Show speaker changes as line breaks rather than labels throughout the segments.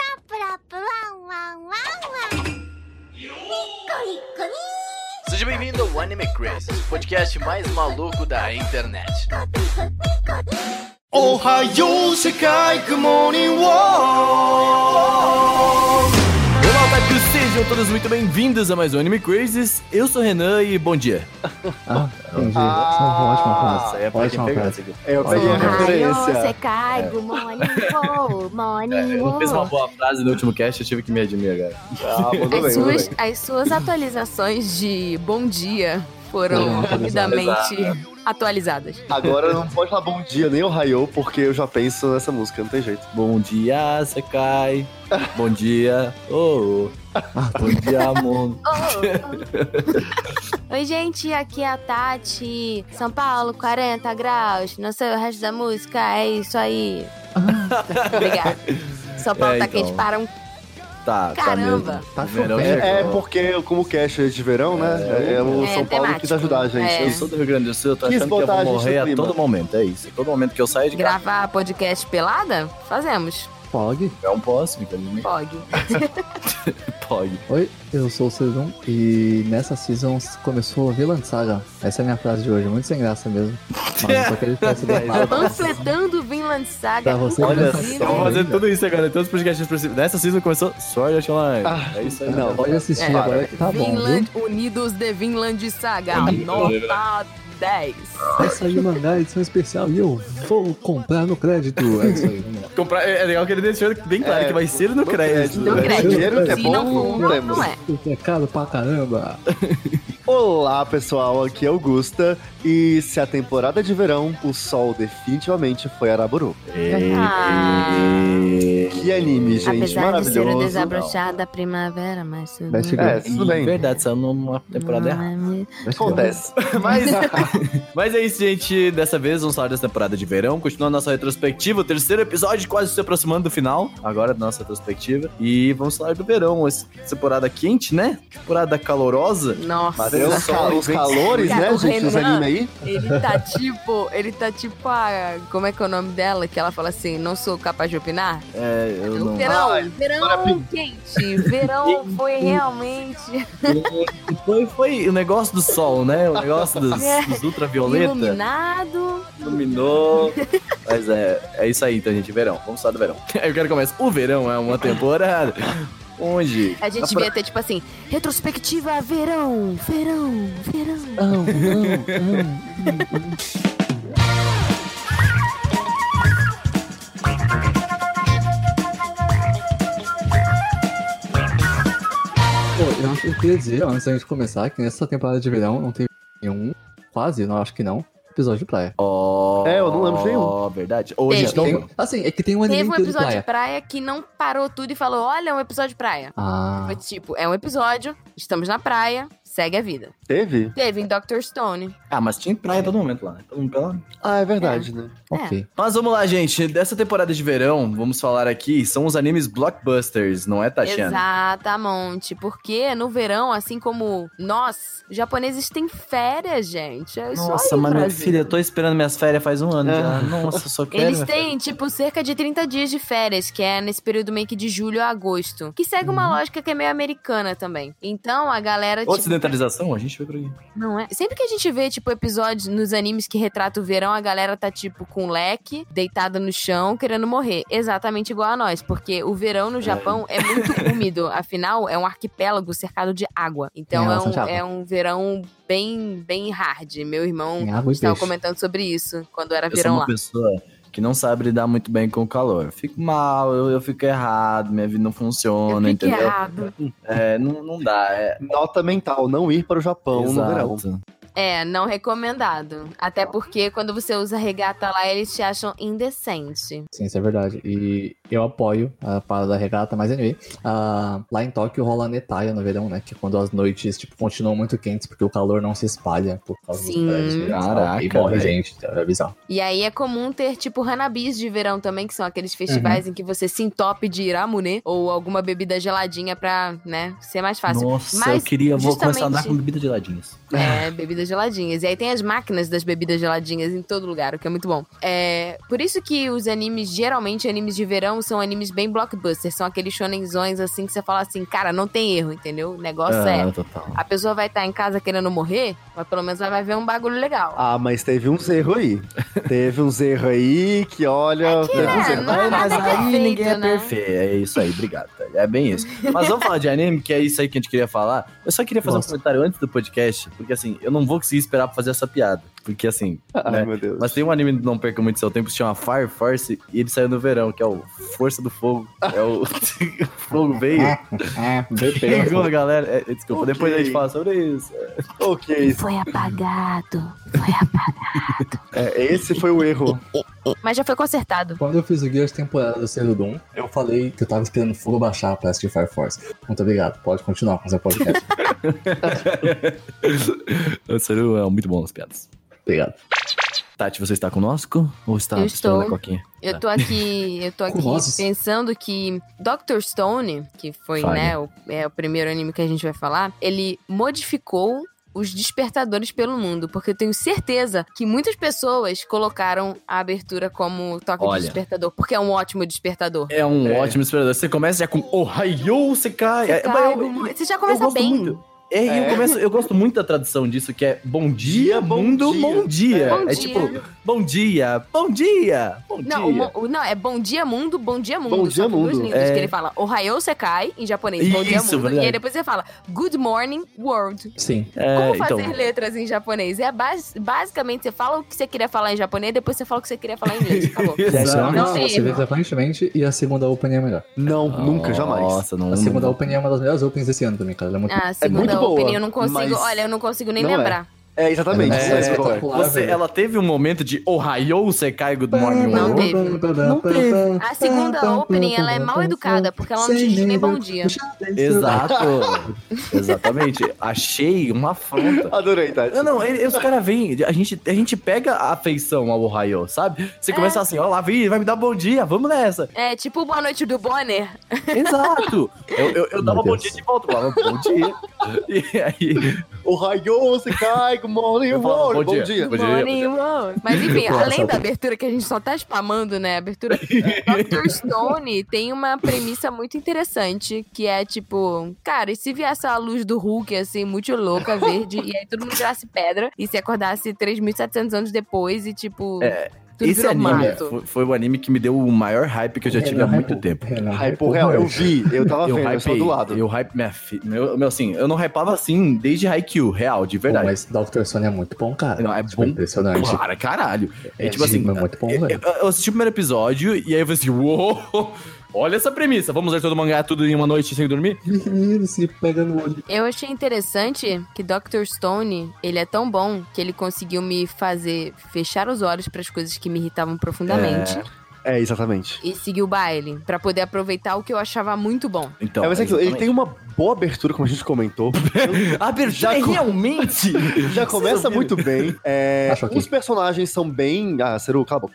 ップワンワンワンワンニッコニッコニ
Seja bem-vindo ao Anime Crazy, o podcast mais maluco da internet.
おはよう世界グモーニング
Olá, otakus, sejam todos muito bem-vindos a mais um Anime Crazy. Eu sou o Renan e bom dia.
Entendi.
Ah,
Ótima frase.
é
Ah, Ótima frase.
Eu peguei a
Olha,
referência.
é
世界グモーニングモーニン
Ele
グ
É, não fez uma boa frase no último cast, eu tive que me admirar, cara.
Ah, mandou bem,
As
mandou
suas,
bem.
as suas atualizações de bom dia
Foram
foram
atualizadas.
rapidamente atualizadas.
Agora eu não pode falar bom dia nem o raio, porque eu já penso nessa música, não tem jeito.
Bom dia, Sakai. Bom dia, oh. oh. Bom dia, amor.
Oi, gente, aqui é a Tati. São Paulo, 40 graus. Não sei o resto da música, é isso aí. Obrigada. São Paulo
É,
tá
então.
quente para um
Tá, tá mesmo.
caramba.
Tá
Verão
chovendo.
chegou.
É, porque como o cast é de verão, né? É, o
É,
São Paulo
temático.
quis ajudar a
É.
Eu
gente.
sou do Rio Grande do Sul, eu tô
Quis
achando que eu
botar
vou
a gente no
morrer a
clima.
todo momento, é isso. Todo momento que eu saio de casa,
Gravar podcast pelada? Fazemos.
Fog.
eu não posso, infelizmente.
Pog.
Pode.
Oi, eu sou o Cezum e nessa season começou a Villain Saga. Essa é a minha frase de hoje, muito sem graça mesmo. Mas eu só queria ter essa nada.
Panfletando Vinland Saga.
Pra você, Tá
Olha só,
Vinland Saga.
eu vou fazer tudo isso agora, todos os podcasts possíveis. Nessa season começou Sword Art Online.
Ah,
é isso aí.
Não, pode assistir
É.
agora que tá bom, viu?
Vinland Unidos de Vinland Saga.
Unidos.
Nota 10.
É isso aí, mangá, edição especial e eu vou comprar no crédito. É isso aí, vamos lá.
Comprar, é é legal que ele deixou bem claro
É,
que vai ser no
no
crédito.
crédito.
Não
né?
crédito.
Dinheiro que é
Se
bom,
não for, não,
temos.
não é.
Isso é caro pra caramba.
Olá, pessoal, aqui é Augusta. E se a temporada é de verão, o sol definitivamente foi Araburu.
É.
Que anime, gente,
Apesar de
maravilhoso.
ser o desabrochar da primavera, mas tudo é
Vai chegar.
É, tudo bem.
Verdade, saiu numa temporada errada.
errada.
Acontece.
Mas, mas é isso, gente. Dessa vez vamos falar dessa temporada de verão. Continuando nossa retrospectiva, o terceiro episódio quase se aproximando do final. Agora da nossa retrospectiva. E vamos falar do verão. Essa temporada quente, né? Temporada calorosa.
Nossa,
Mas os, cal- os calores, né,
Cara, o
gente, os
Renan-
anime aí.
ele tá tipo, ele tá tipo a, como é que é o nome dela? Que ela fala assim, não sou capaz de opinar.
É, eu não.
verão,
Ai,
verão
maravilha.
quente, verão foi realmente
Ah, Foi, foi o negócio do sol, né? O negócio dos,
É.
dos ultravioleta.
iluminado.
Iluminou. Mas é, é isso aí, então, gente. Verão. Vamos falar do verão. Eu quero começar. O verão é uma temporada onde.
A gente
pra-
devia ter tipo assim, retrospectiva verão, verão, verão.
Pô, eu, acho que eu queria dizer, antes da gente começar, que nessa temporada de verão não teve nenhum, quase, não acho que não, episódio de praia.
Ó,
É, eu não lembro de nenhum.
ó, verdade. Hoje
Teve.
então.
Tem- assim, é que tem um anime
Teve um
inteiro de
episódio
praia.
de praia que não parou tudo e falou, olha, é um episódio de praia.
Ah,
Foi tipo, é um episódio, estamos na praia, segue a vida.
Teve?
Teve em Dr. Stone.
Ah, mas tinha praia a todo momento lá, né? Todo mundo pela-
Ah, é verdade, né?
ok.
Mas vamos lá, gente. Dessa temporada de verão, vamos falar aqui, são os animes blockbusters, não é, Tatiana?
Exatamente. Porque no verão, assim como nós, os japoneses têm férias, gente. É isso
Nossa,
aí,
mas minha
Brasil.
filha, eu tô esperando minhas férias faz um ano
É.
já. Nossa, eu só quero.
Eles
minha
têm, tipo, cerca de 30 dias de férias, que é nesse período meio que de julho a agosto. Que segue
Uhum.
uma lógica que é meio americana também. Então, a galera, tipo,
Ocidentalização? A gente foi por aí.
Não é? Sempre que a gente vê, tipo, episódios nos animes que retratam o verão, a galera tá, tipo, com leque, deitada no chão, querendo morrer. Exatamente igual a nós, porque o verão no Japão é muito úmido. Afinal, é um arquipélago cercado de água. Então
Tem
é
relação de
um,
água.
é um verão bem, bem hard. Meu irmão
Tem água e
estava
peixe.
comentando sobre isso quando era
Eu sou
verão
uma
lá.
pessoa que não sabe lidar muito bem com o calor. Eu fico mal, eu, eu fico errado, minha vida não
Eu
funciona,
fiquei
né, entendeu?
errado.
É, não, não dá. É,
Nota mental, não ir para o Japão no verão.
exato.
É, não recomendado. Até porque quando você usa regata lá, eles te acham indecente.
Sim, isso é verdade. E eu apoio a parada da regata, mas anyway. ah, lá em Tóquio rola netaia no verão, né? Que é quando as noites, tipo, continuam muito quentes, porque o calor não se espalha por causa
Sim.
dos prédios. e tal,
Caraca,
E morre
velho.
gente, então é bizarro.
E aí é comum ter, tipo, hanabis de verão também, que são aqueles festivais
Uhum.
em que você se entope de iramune ou alguma bebida geladinha pra, né, ser mais fácil.
Nossa,
Mas
eu queria. Vou começar a andar
justamente-
com bebida de ladinhos.
É, bebidas geladinhas. E aí tem as máquinas das bebidas geladinhas em todo lugar, o que é muito bom. É, por isso que os animes, geralmente animes de verão, verão são animes bem blockbusters, são aqueles shonenzões assim que você fala assim, cara, não tem erro, entendeu? O negócio é,
Ah, total.
a pessoa vai estar em casa querendo morrer, mas pelo menos ela vai ver um bagulho legal.
Ah, mas teve uns erros aí. teve uns erros aí que, olha.
que
teve
é,
uns erros.
não é
mas
nada
aí
perfeito,
ninguém é
né?
perfeito. É isso aí, obrigado. Thalia. É bem isso. Mas vamos falar de anime, que é isso aí que a gente queria falar. Eu só queria fazer
Nossa.
um comentário antes do podcast, porque assim, eu não vou conseguir esperar pra fazer essa piada. Porque assim,
Ai,
né?
meu Deus.
Mas tem um anime que não perca muito seu tempo, que se chama Fire Force, e ele saiu no verão, que é o Força do Fogo. É o Fogo veio.
É, BP.
Pegou, galera. É, é, desculpa,
Ok.
depois a gente fala sobre isso.
Ok,
Foi apagado, foi apagado.
é, esse foi o erro.
mas já foi consertado.
Quando eu fiz o Gears temporada do Cero Doom, eu falei que eu tava esperando fogo baixar a peça de Fire Force. Muito obrigado, pode continuar com seu podcast.
O Saru é muito bom nas piadas.
obrigado.
Tati, você está conosco? Ou está
Eu
esperando
estou.
a coquinha?
Eu tô aqui, eu tô aqui
Curiosos.
pensando que Dr. Stone, que foi,
Fale.
né, o, é o primeiro anime que a gente vai falar, ele modificou os despertadores pelo mundo, porque eu tenho certeza que muitas pessoas colocaram a abertura como toque
Olha.
de despertador, porque é um ótimo despertador.
É um
É.
ótimo esperador. Você começa já com Ohio, você cai.
Você,
É,
cai
mas eu-
do mu- você já
eu
começa
gosto
bem.
muito. É, e eu,
É.
começo, eu gosto muito da tradução disso, que é bom dia,
Bom
mundo,
dia.
bom dia.
Bom
é
dia.
tipo, bom dia, bom dia, bom
Não, o
dia.
mo- o- não, é Bom Dia Mundo, Bom Dia Mundo.
Bom
só que
Dia
em duas
Mundo.
línguas
É.
que ele fala Ohio Sekai, em japonês, Bom Dia
Isso,
Mundo. E
verdade.
aí depois você fala Good Morning World.
Sim.
É,
Como fazer
então,
letras em japonês? É bas- basicamente, você fala o que você queria falar em japonês, depois você fala o que você queria falar em inglês, acabou.
Essa é
Exato.
uma
Não tem
você
erro.
vê aparentemente e a segunda open é melhor.
Não, nunca, jamais.
Nossa, não.
A segunda
não-
open é uma das melhores opens desse ano também, cara. Ela é muito
Ah,
muito
segunda
boa,
opinião, eu não consigo.
mas
Olha, eu não consigo nem
não é.
lembrar.
É, exatamente.
É,
esse qual é.
Você, ela teve um momento de Ohio, você cai, good morning,
Não
world.
teve.
Não teve.
A segunda opening, ela é mal educada, porque ela não te diz nem bom dia.
Exato. Exatamente. Achei uma afronta.
Adorei, tá? Tati.
Não, não, ele- os caras vêm, a gente, a gente pega a afeição ao Ohio, sabe? Você começa assim, ó lá, vem, vai me dar bom dia, vamos nessa.
É tipo Boa Noite do Bonner.
Exato. Eu, eu, eu dava
Meu
bom
Deus.
dia de volta, eu falava bom dia. E aí,
O raio, você cai, good morning,
Eu falo, bom
world.
dia.
Bom dia.
Bom dia.
Morning, world. Mas enfim,
Nossa.
além da abertura que a gente só tá spamando, né? a Abertura. Dr. Stone tem uma premissa muito interessante, que é tipo, cara, e se viesse a luz do Hulk, assim, muito louca, verde, e aí todo mundo virasse pedra, e se acordasse 3.700 anos depois, e tipo, tudo
esse
virou
anime
mato. É,
foi, foi o anime que me deu o maior hype que eu já
é
tive há muito tempo.
Hype por real, eu vi, eu tava
é Eu
vendo, eu sou
hypei,
do lado.
eu hype minha filha. Meu, meu, assim, eu não hypava assim desde Haikyuu, real, de
Verdade.
é verdade.
mas Dr. Sony é muito bom, cara.
Não, é
Tipo,
bom.
Impressionante.
Claro, caralho. É, tipo assim,
É muito bom,
eu,
velho.
eu assisti o primeiro episódio e aí eu falei assim, uou, olha essa premissa, vamos ler todo o mangá tudo em uma noite sem dormir? é,
Menino, se pega no olho.
Eu achei interessante que Dr. Stone, ele é tão bom que ele conseguiu me fazer fechar os olhos para as coisas que me irritavam profundamente
É, exatamente.
e seguir o baile para poder aproveitar o que eu achava muito bom.
Então,
É, mas é aquilo, ele
exatamente.
tem uma boa abertura, como a gente comentou.
A abertura
Já
é
co-
realmente...
Já começa muito bem. É,
Acho ok.
Os personagens são bem. Ah, Seru, cala a boca.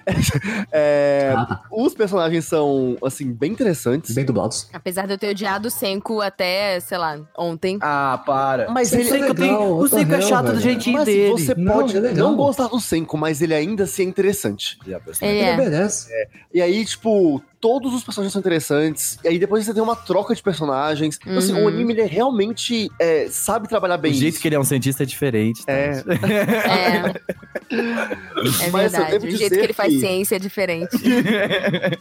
É,
Ah, tá.
os personagens são, assim, bem interessantes.
Bem dublados.
Apesar de eu ter odiado o Senku até, sei lá, ontem.
Ah, para.
Mas
o
ele-
Seiko, tem,
legal,
o Seiko é
Otorrel,
chato do
velho.
jeitinho
Mas assim,
dele.
você
Não,
pode
é
não,
legal.
gostar do Senko, mas ele ainda se é interessante.
Ele
Ele
é.
merece.
E aí, tipo, todos os personagens são interessantes. E aí depois você tem uma troca de personagens. Então, assim,
Uhum.
o anime ele realmente é, sabe trabalhar
O
bem
jeito
isso.
que ele é um cientista é diferente. tá?
É.
É. É
Mas eu
verdade.
devo
O jeito
dizer
que ele faz
que-
ciência é diferente.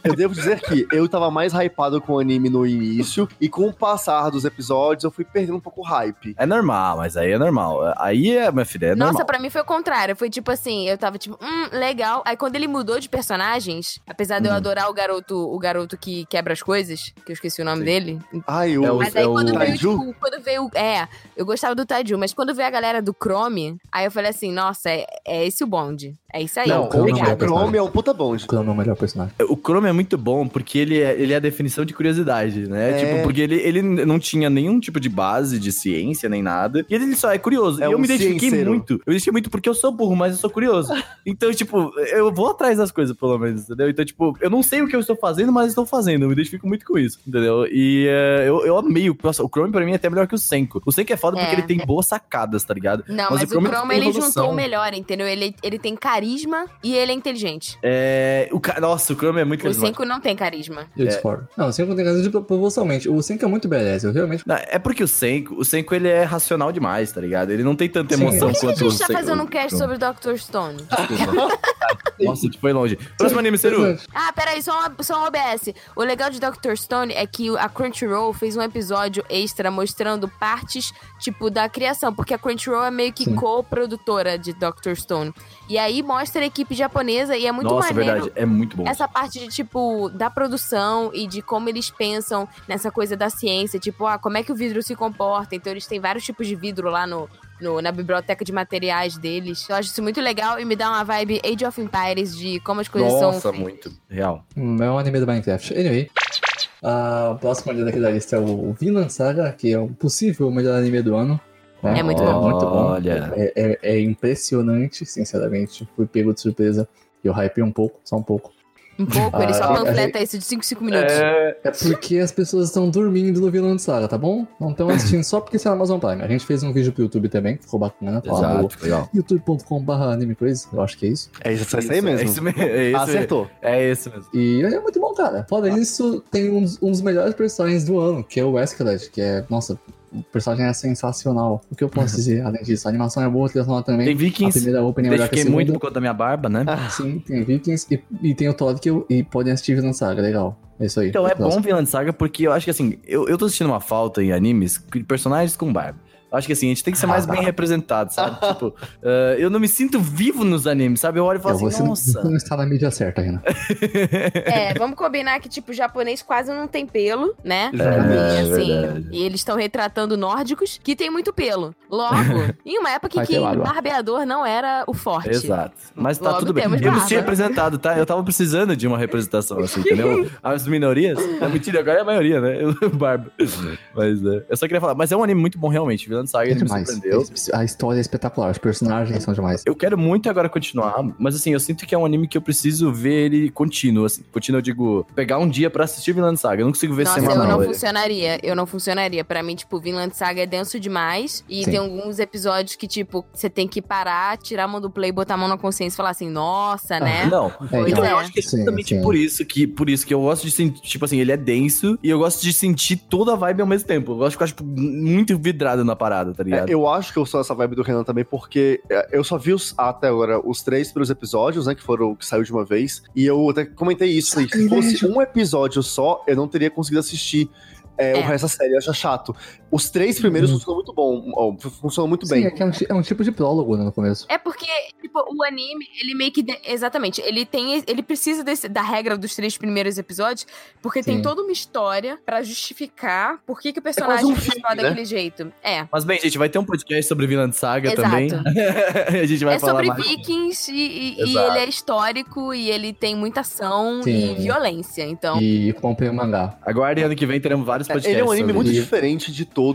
Eu devo dizer que eu tava mais hypado com o anime no início, e com o passar dos episódios, eu fui perdendo um pouco o hype.
É normal, mas aí é normal. Aí é, minha filha, é
Nossa,
normal.
pra mim foi o contrário. Foi tipo assim, eu tava tipo, hum, legal. Aí quando ele mudou de personagens, apesar
Hum.
de eu adorar o garoto, o garoto que quebra as coisas, que eu esqueci o nome dele.
Ai, o,
É o-
Mas aí
é o
quando veio,
Taiju?
tipo, quando veio. É, eu gostava do Taiju, mas quando veio a galera do Chrome, aí eu falei assim, nossa, é, é esse o bonde. É isso aí.
Não,
Não, calma,
o
obrigado.
Chrome é um puta bonde.
O Clã é o melhor personagem.
O Chrome é muito bom porque ele é, ele é a definição de curiosidade, né?
É.
Tipo, porque ele, ele não tinha nenhum tipo de base de ciência nem nada. E ele só é curioso.
É
e eu
um
me identifiquei
cienceiro.
muito. Eu me identifiquei muito porque eu sou burro, mas eu sou curioso. então, tipo, eu vou atrás das coisas, pelo menos, entendeu? Então, tipo, eu não sei o que eu estou fazendo, mas estão fazendo. Eu me identifico muito com isso, entendeu? E eh, eu, eu amei o nossa, O Chrome pra mim é até melhor que o Senko. O Senko é foda porque
É.
ele tem boas sacadas, tá ligado?
Não, mas, o
Chrome
Chroma
tem
ele
evolução.
juntou o melhor, entendeu? Ele, ele tem carisma e ele é inteligente.
É, o ca- Nossa, o Chrome é muito
O
carismático.
Senko não tem carisma.
É.
Eu discordo. Não, o Senko tem carisma de proporcionalmente. O Senko é muito beleza. Eu realmente.
Não, é porque o Senko, o Senko ele é racional demais, tá ligado? Ele não tem tanta
Sim.
emoção
Por que, que a
quanto o
gente tá
Senko-
fazendo um cast
o-
sobre Dr. Stone?
Nossa, tu foi longe. Próximo anime, Seru.
Ah, peraí, só uma, só um OBS. O legal de Dr. Stone é que a Crunchyroll fez um episódio extra mostrando partes, tipo, da criação, porque a Crunchyroll é meio que
Sim.
co-produtora de Dr. Stone. E aí mostra a equipe japonesa e é muito
Nossa,
maneiro.
verdade. É muito bom.
Essa parte de, tipo, da produção e de como eles pensam nessa coisa da ciência. Tipo, ah, como é que o vidro se comporta? Então, eles têm vários tipos de vidro lá no, no- na biblioteca de materiais deles. Eu acho isso muito legal e me dá uma vibe Age of Empires de como as coisas são.
Nossa,
feitas.
muito.
Ah,
Real.
Hum, é um anime do Minecraft. Anyway. ah, o próximo anime daqui da lista é o Vinland Saga, que é o possível melhor anime do ano. né?
É muito bom.
muito bom.
Olha.
É, é- é impressionante, sinceramente. Fui pego de surpresa. Eu hypei um pouco, só um pouco.
Um pouco, ele só
Ah,
panfleta isso de 5 5 minutos.
É porque as pessoas estão dormindo no Vinland Saga, tá bom? Não estão assistindo só porque isso é Amazon Prime. A gente fez um vídeo pro YouTube também, que ficou bacana. tá lá no
Exato, legal.
youtube.com.br animecrazy, eu acho que é isso.
É isso, é isso aí
É
mesmo.
isso mesmo. É isso mesmo.
Acertou.
É isso mesmo.
E é muito bom, cara. Fora
Ah.
isso, tem um dos, um dos melhores personagens do ano, que é o Escalade, que é, nossa, o personagem é sensacional. O que eu posso dizer além disso? A animação é boa, a trilha sonora também.
Tem
a
Vikings.
primeira opening é melhor que a
Identifiquei
segunda.
muito por conta da minha barba, né?
Ah,
Sim, tem Vikings e, e tem o Todd que eu, e podem assistir Vinland Saga, legal. É isso aí.
Então, é
Próximo.
bom Vinland Saga porque eu acho que assim, eu, eu tô assistindo uma falta em animes de personagens com barba. Eu acho que assim, a gente tem que ser mais bem representado, sabe? Tipo, eh, eu não me sinto vivo nos animes, sabe? Eu olho e falo
É,
assim,
você não-
nossa.
não está na mídia certa, Renan.
É, vamos combinar que, tipo, o japonês quase não tem pelo, né?
é,
É,
Exatamente.
e, assim,
verdade.
e eles estão retratando nórdicos que tem muito pelo. Logo, em uma época
Vai
que
ter barba.
barbeador não era o forte.
Exato. Mas tá
Logo
tudo bem.
temos
Eu me
barba.
sinto representado, tá? Eu tava precisando de uma representação assim, entendeu? As minorias. É mentira, agora é a maioria, né? Eu, barba. Mas é. Eu só queria falar, mas é um anime muito bom, realmente. Vinland Saga
É
ele me
demais.
surpreendeu.
A história é espetacular, os personagens são demais.
Eu quero muito agora continuar, mas assim, eu sinto que é um anime que eu preciso ver ele contínuo, assim. Contínuo, eu digo, pegar um dia pra assistir Vinland Saga. Eu não consigo ver
Nossa, eu
semanal.
não
velho.
funcionaria. Eu não funcionaria. Pra mim, tipo, Vinland Saga é denso demais. E
Sim.
tem alguns episódios que, tipo, você tem que parar, tirar a mão do play, botar a mão na consciência e falar assim, nossa, né?
Não.
Pois
então,
é.
eu acho que é
Sim,
justamente
sim.
por isso que por isso que eu gosto de sentir, tipo assim, ele é denso e eu gosto de sentir toda a vibe ao mesmo tempo. Eu gosto de ficar, tipo, muito vidrado na parada, tá
É,
ligado?
eu acho que eu sou essa vibe do Renan também, porque é, eu só vi os- até agora os três primeiros episódios, né? Que foram que saiu de uma vez. E eu até comentei isso. E se fosse um episódio só, eu não teria conseguido assistir. é,
É.
O resto da série eu acho chato. Os três primeiros
Uhum.
funcionam muito bom. ó, funcionam muito
Sim,
bem.
é que é um, ti- é um tipo de prólogo né, no começo.
É porque, tipo, o anime, ele meio que. de- Exatamente. Ele tem. Ele precisa desse- da regra dos três primeiros episódios, porque tem
Sim.
toda uma história pra justificar por que, que o
quase
personagem
um
é
filme, né?
daquele jeito. É.
Mas bem, gente, vai ter um podcast sobre Vinland Saga
Exato.
também. a gente vai
é
falar
sobre
mais.
vikings e, e- e
Exato.
ele é histórico e ele tem muita ação
Sim.
e violência. Então,
E comprei o mangá.
Aguardem ano que vem teremos vários podcasts.
Ele é um anime
sobre
muito
isso.
diferente de todos.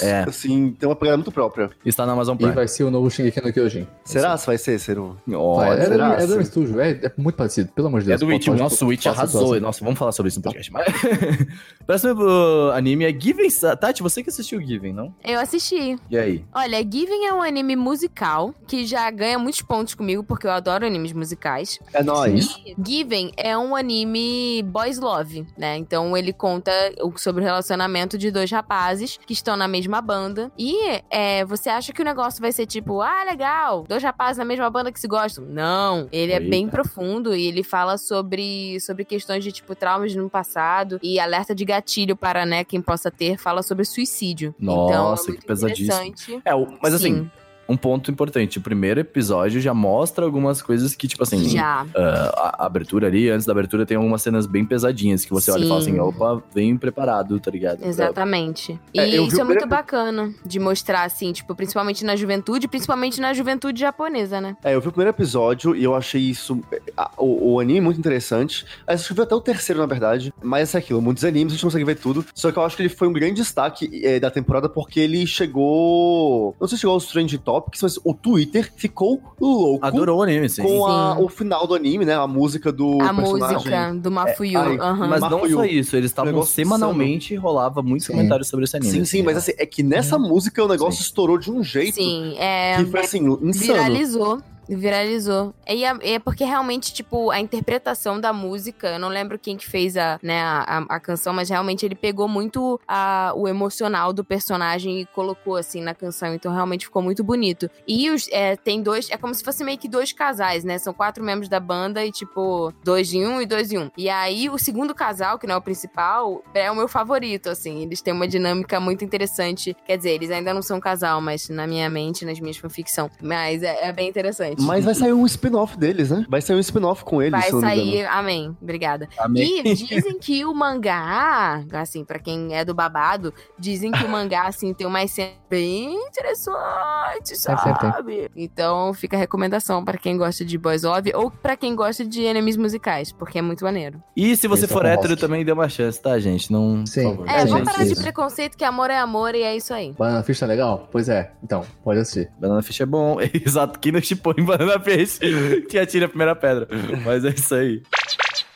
É.
Assim, tem uma pegada muito própria.
Está na Amazon
E
Prime.
vai ser o novo Shingeki no Kyojin.
Será que vai ser, Seru?
Vai,
Olha,
é, do,
será?
é do estúdio, é, é muito parecido, pelo amor de
É
Deus.
do
Pode-
Witch,
pode-
nossa, o Witch
passa o
arrasou.
próximo.
Nossa, vamos falar sobre isso no podcast. Mas... Próximo uh, anime é Given Sa- Tati, você que assistiu Given, não?
eu assisti.
E aí?
Olha, Given é um anime musical que já ganha muitos pontos comigo, porque eu adoro animes musicais.
É nóis.
Given é um anime boys love, né? Então ele conta o- sobre o relacionamento de dois rapazes que estão na mesma banda. E é, você acha que o negócio vai ser tipo, ah, legal, dois rapazes na mesma banda que se gostam. Não, ele é
Eita.
bem profundo e ele fala sobre, sobre questões de tipo traumas no passado e alerta de gatilho para né, quem possa ter, fala sobre suicídio. então, é
Nossa,
muito
que pesadíssimo.
interessante.
É, o- mas assim,
Sim,
um ponto importante. O primeiro episódio já mostra algumas coisas que, tipo assim.
já.
ah, a, a abertura ali, antes da abertura, tem algumas cenas bem pesadinhas que você olha e fala
Sim.
assim: opa, vem preparado, tá ligado? Pra-
Exatamente.
É,
e
eu vi
isso
o
é muito
primeiro-
bacana de mostrar, assim, tipo, principalmente na juventude, principalmente na juventude japonesa, né?
É, eu vi o primeiro episódio e eu achei isso. a- o, o anime muito interessante. Acho que eu vi até o terceiro, na verdade. Mas é aquilo, muitos animes, a gente não consegue ver tudo. é, Só que eu acho que ele foi um grande destaque eh, da temporada porque ele chegou. Não sei se chegou ao Strange Topics, mas o Twitter ficou louco
Adorou o anime, sim.
com a-
Sim.
o final do anime, né? A música do
a
personagem. é,
música do Mafuyu.
ai,
aham.
Mas não
Mafuyu.
só isso, eles estavam
Negócio
semanalmente e rolava muitos
Sim.
comentários sobre esse anime. Uhum.
Sim, sim, mas assim, é que nessa música o negócio estourou de um jeito
Sim, é.
que foi assim, insano.
Viralizou. Viralizou. E é, é porque realmente, tipo, a interpretação da música, eu não lembro quem que fez a, né, a, a- a canção, mas realmente ele pegou muito a- o emocional do personagem e colocou assim na canção. Então realmente ficou muito bonito. E os, é, tem dois. É como se fosse meio que dois casais, né? São quatro membros da banda e, tipo, dois de um e dois de um. E aí, o segundo casal, que não é o principal, é o meu favorito, assim. Eles têm uma dinâmica muito interessante. Quer dizer, eles ainda não são casal, mas na minha mente, nas minhas fanficção. Mas é, é bem interessante.
Mas vai sair um spin-off deles, né? Vai sair um spin-off com eles,
Vai
se eu não me engano.
sair, amém, obrigada.
Amém.
E dizem que o mangá, assim, pra quem é do babado, dizem que o mangá, assim, tem uma cena bem interessante,
Tá
Tem, tem, tem.
sabe? Então fica a recomendação pra quem gosta de boys love ou pra quem gosta de enemies musicais, porque é muito maneiro.
E se você
Esse é
for
o
hétero,
rosto.
também dê uma chance, tá, gente? Não.
Sim.
por favor.
É,
É,
vamos
gente,
parar de
isso.
preconceito, que amor é amor e é isso aí.
Banana Fish tá legal? Pois é. Então, pode assistir.
Banana Fish é bom. Exato, quem não chipou em Banana Fish que atira a primeira pedra. Mas é isso aí.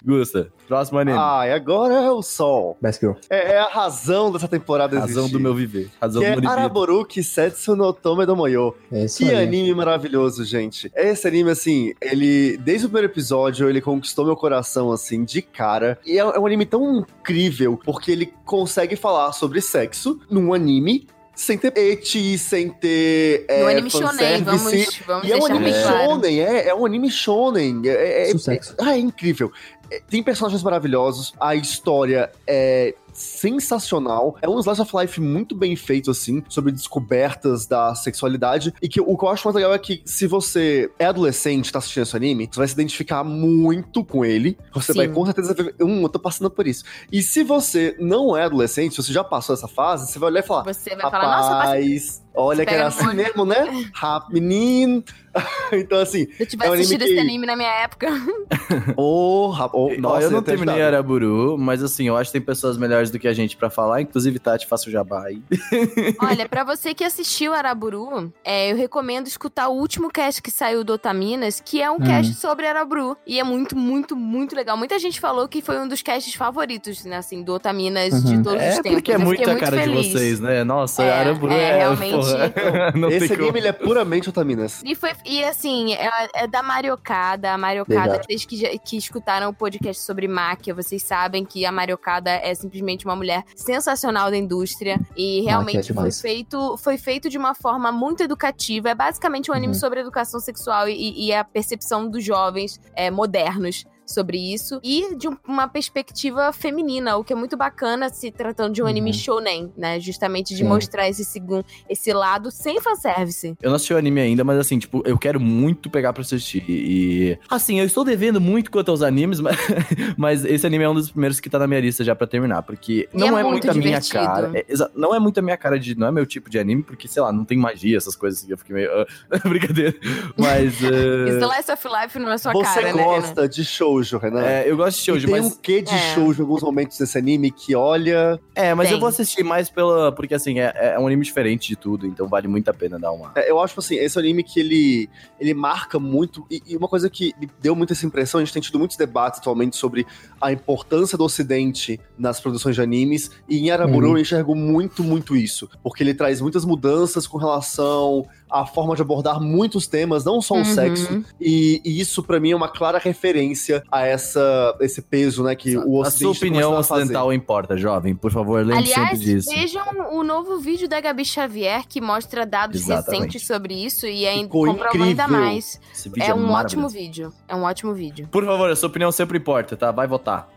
Gusta, próximo anime.
Ah, e agora é o sol.
Best Girl.
É, é a razão dessa temporada
razão
existir.
do meu viver. Razão
Que é
do meu viver.
Araboruki Setsu no Tome do Moyo.
É isso
Que
aí.
anime maravilhoso, gente. Esse anime, assim, ele, desde o primeiro episódio, ele conquistou meu coração, assim, de cara. E é, é um anime tão incrível, porque ele consegue falar sobre sexo num anime sem ter eti, sem ter.
No
é,
anime shonen,
fanservice.
vamos, vamos
E é um
deixar
anime
bem claro.
shonen, é, é um anime shonen. É, é,
Sucesso.
ah, é incrível. É, Tem personagens maravilhosos, a história é sensacional. É um slice of life muito bem feito, assim, sobre descobertas da sexualidade. E que o que eu acho mais legal é que se você é adolescente, tá assistindo esse anime, você vai se identificar muito com ele. Você
Sim.
vai com certeza ver, hum, eu tô passando por isso. E se você não é adolescente, se você já passou essa fase, você vai olhar e falar,
Você vai falar, nossa, eu passei-
rapaz, olha que
pega
era
no
assim
olho."
mesmo, né? Rap, menino. então, assim,
eu
é um
tivesse
anime
assistido
que-
esse anime na minha época.
Ô, rap- ô,
Ó,
nossa,
eu não
ia ter
terminei
ajudado.
Araburu, mas assim, eu acho que tem pessoas melhores do que a gente pra falar. Inclusive, Tati, faça o jabá aí.
Olha, pra você que assistiu Araburu, é, eu recomendo escutar o último cast que saiu do Otaminas, que é um
Hum.
cast sobre Araburu. E é muito, muito, muito legal. Muita gente falou que foi um dos casts favoritos, né, assim, do Otaminas de
Uhum.
todos
É
os tempos.
porque é
Eu
muito
fiquei
a cara
feliz.
de vocês, né? Nossa,
É,
Araburu
é,
é,
realmente-
porra. Não
Esse
tem como.
anime ele é puramente Otaminas.
E, foi, e assim, é, é da Mariocada. A Mariocada,
Legal.
vocês que, já- que escutaram o podcast sobre máquia, vocês sabem que a Mariocada é simplesmente uma mulher sensacional da indústria. E
Máquia é
realmente foi,
demais.
feito, foi feito de uma forma muito educativa. É basicamente um anime
Uhum.
sobre educação sexual e, e a percepção dos jovens é, modernos. Sobre isso, e de um- uma perspectiva feminina, o que é muito bacana se tratando de um anime
Uhum.
shonen, né? Justamente de
Sim.
mostrar esse, segun, esse lado sem fanservice.
Eu não assisti o anime ainda, mas assim, tipo, eu quero muito pegar pra assistir. E. Assim, eu estou devendo muito quanto aos animes, mas, mas esse anime é um dos primeiros que tá na minha lista já pra terminar. Porque
E
não
é
é, muito
muito
a minha
divertido.
cara. é, exa- não é muito a minha cara de. Não é meu tipo de anime, porque, sei lá, não tem magia, essas coisas que eu fiquei meio. ah, brincadeira. Mas. eh,
Slice of Life não é sua
Você
cara, né, Renan?
gosta de shoujo, Renan?
é, eu gosto de
E
shoujo,
tem
mas.
um quê de
É.
shoujo em alguns momentos desse anime que olha...
É, mas eu
Tem.
vou assistir mais pela. Porque assim, é, é um anime diferente de tudo, então vale muito a pena dar uma.
É, Eu acho, assim, esse é um anime que ele, ele marca muito... E, e uma coisa que me deu muito essa impressão, a gente tem tido muitos debates atualmente sobre a importância do ocidente nas produções de animes. E em Araburu
Uhum.
eu enxergo muito, muito isso. Porque ele traz muitas mudanças com relação à forma de abordar muitos temas, não só o
Uhum.
sexo, E, e isso, pra mim, é uma clara referência a essa, esse peso, né? Que o
a
Ocidente
sua
tá
opinião
começando a fazer.
ocidental importa, jovem. Por favor, lembre sempre
Aliás,
disso.
vejam o novo vídeo da Gabi Xavier que mostra dados
Exatamente.
recentes sobre isso e ainda
Ficou
comprova ainda
incrível.
mais.
Esse
É um
maravilhoso.
ótimo vídeo. É um ótimo vídeo.
Por favor, a sua opinião sempre importa, tá? Vai votar.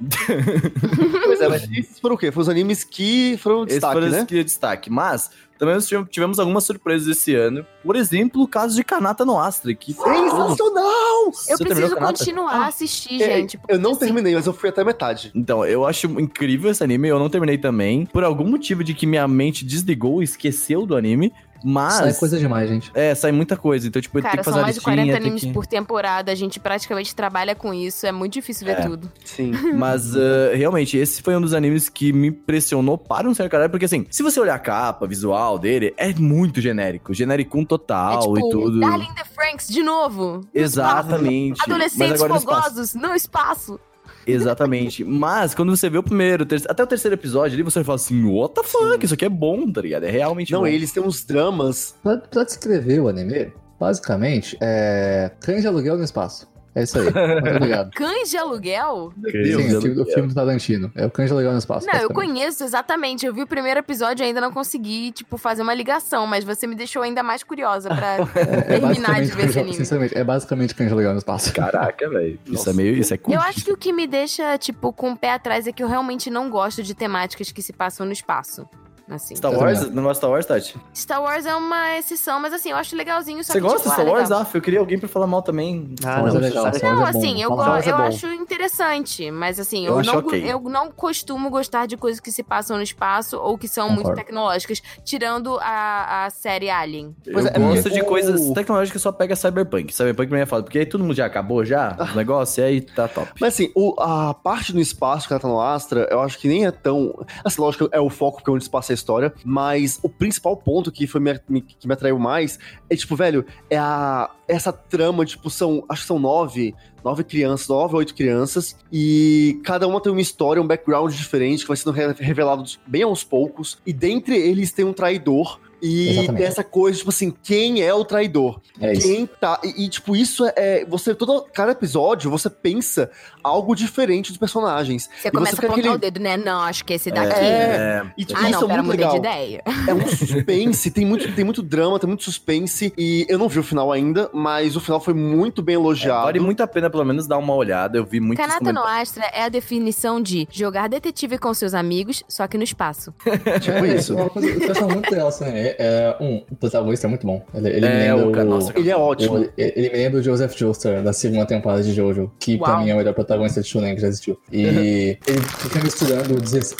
Pois é, mas esses foram o quê? Foram os animes que foram
Esse
destaque,
foi
né?
o que destaque. Mas também nós tivemos- tivemos algumas surpresas esse ano. Por exemplo, o caso de Kanata no Astra, que
Sensacional!
Eu
Você terminou
preciso
Kanata?
continuar a assistir,
É,
gente. porque,
eu não
assim,
terminei, mas eu fui até metade.
Então, eu acho incrível esse anime, eu não terminei também. Por algum motivo de que minha mente desligou, esqueceu do anime. Mas.
Isso é coisa demais, gente.
É, sai muita coisa. Então, tipo, tem
Cara,
que
são
fazer a
mais de 40
listinha. tem
animes
que...
por temporada, a gente praticamente trabalha com isso, é muito difícil ver
É.
tudo.
Sim.
Mas, eh, realmente, esse foi um dos animes que me impressionou para um certo caralho, porque, assim, se você olhar a capa, visual dele, é muito genérico. Genérico total
é tipo,
e Ah, tudo.
Darling the Franks, de novo.
Exatamente. Mas
Adolescentes
agora no espaço.
fogosos, no espaço.
Exatamente. Mas quando você vê o primeiro, o terceiro- até o terceiro episódio ali, você fala assim, what the fuck? Isso aqui é bom, tá ligado? É realmente
Não,
bom.
eles têm uns dramas.
Pra, pra descrever o anime, basicamente, é. Cães de aluguel no espaço. É isso aí. Muito obrigado.
Cães de aluguel?
é Deus,
Sim, o
eu-
filme, o filme do Tarantino. É o Cães de aluguel no espaço.
Não, eu
basicamente.
conheço exatamente. Eu vi o primeiro episódio e ainda não consegui, tipo, fazer uma ligação, mas você me deixou ainda mais curiosa pra
É, é
terminar de
basicamente
ver
Cães
esse
de-
anime.
Sinceramente, é basicamente Cães de aluguel no espaço.
Caraca, velho. Isso
Nossa.
é meio. Isso é
Eu
culto.
acho que o que me deixa, tipo, com o pé atrás é que eu realmente não gosto de temáticas que se passam no espaço. Assim.
Star Wars? Não gosta de Star Wars, Tati?
Star Wars é uma exceção, mas assim, eu acho legalzinho. Só
Você
que,
gosta
tipo,
de Star
ah,
Wars?
legal.
Ah, eu queria alguém pra falar mal também.
Ah,
Mas
não,
é legal,
sabe?
Star Wars
Não,
é bom.
assim, eu,
Star
go-
Wars
é
eu
bom.
acho interessante, mas assim,
Eu
eu,
acho
não,
ok.
eu não costumo gostar de coisas que se passam no espaço ou que são muito
Concordo.
tecnológicas, tirando a, a série Alien.
eu
Pois é,
gosto de
o-
coisas tecnológicas que só pega Cyberpunk. Cyberpunk pra mim é foda, porque aí todo mundo já acabou já
Ah.
o negócio, e aí tá top.
Mas assim, o- a parte do espaço que ela tá no Astra, eu acho que nem é tão. Assim, lógico, é o foco, porque é onde se passa a história. Mas o principal ponto que, foi me, me- que me atraiu mais é, tipo, velho, é a. Essa trama, tipo, são. Acho que são nove. Nove crianças, nove, oito crianças. E cada uma tem uma história, um background diferente, que vai sendo re- revelado bem aos poucos. E dentre eles tem um traidor. E
Exatamente.
tem essa coisa, tipo assim, quem é o traidor?
É isso.
Quem tá. E, e, tipo, isso é- é. Você, todo. Cada episódio, você pensa algo diferente dos personagens.
Você
E
começa a
você fica
apontar
aquele-
o dedo, né? Não, acho que esse daqui.
É. E tipo,
Ah,
isso
não,
é
pera,
muito
mudei de
legal.
ideia.
É um suspense, tem muito, tem muito drama, tem muito suspense. E eu não vi o final ainda, mas o final foi muito bem elogiado.
É, Vale muito a pena, pelo menos, dar uma olhada. Eu vi muito
Kanata no Astra é a definição de jogar detetive com seus amigos, só que no espaço.
tipo isso.
É Uma coisa que eu acho muito legal esse anime é, um, o protagonista é muito bom. Ele, ele me
É,
lembra
o cara. Nossa,
Ele é ótimo.
O- ele me lembra o Joseph Joestar, da segunda temporada de Jojo, que pra
Uau.
mim é o melhor protagonista de Shonen que já existiu. E ele fica misturando o deses-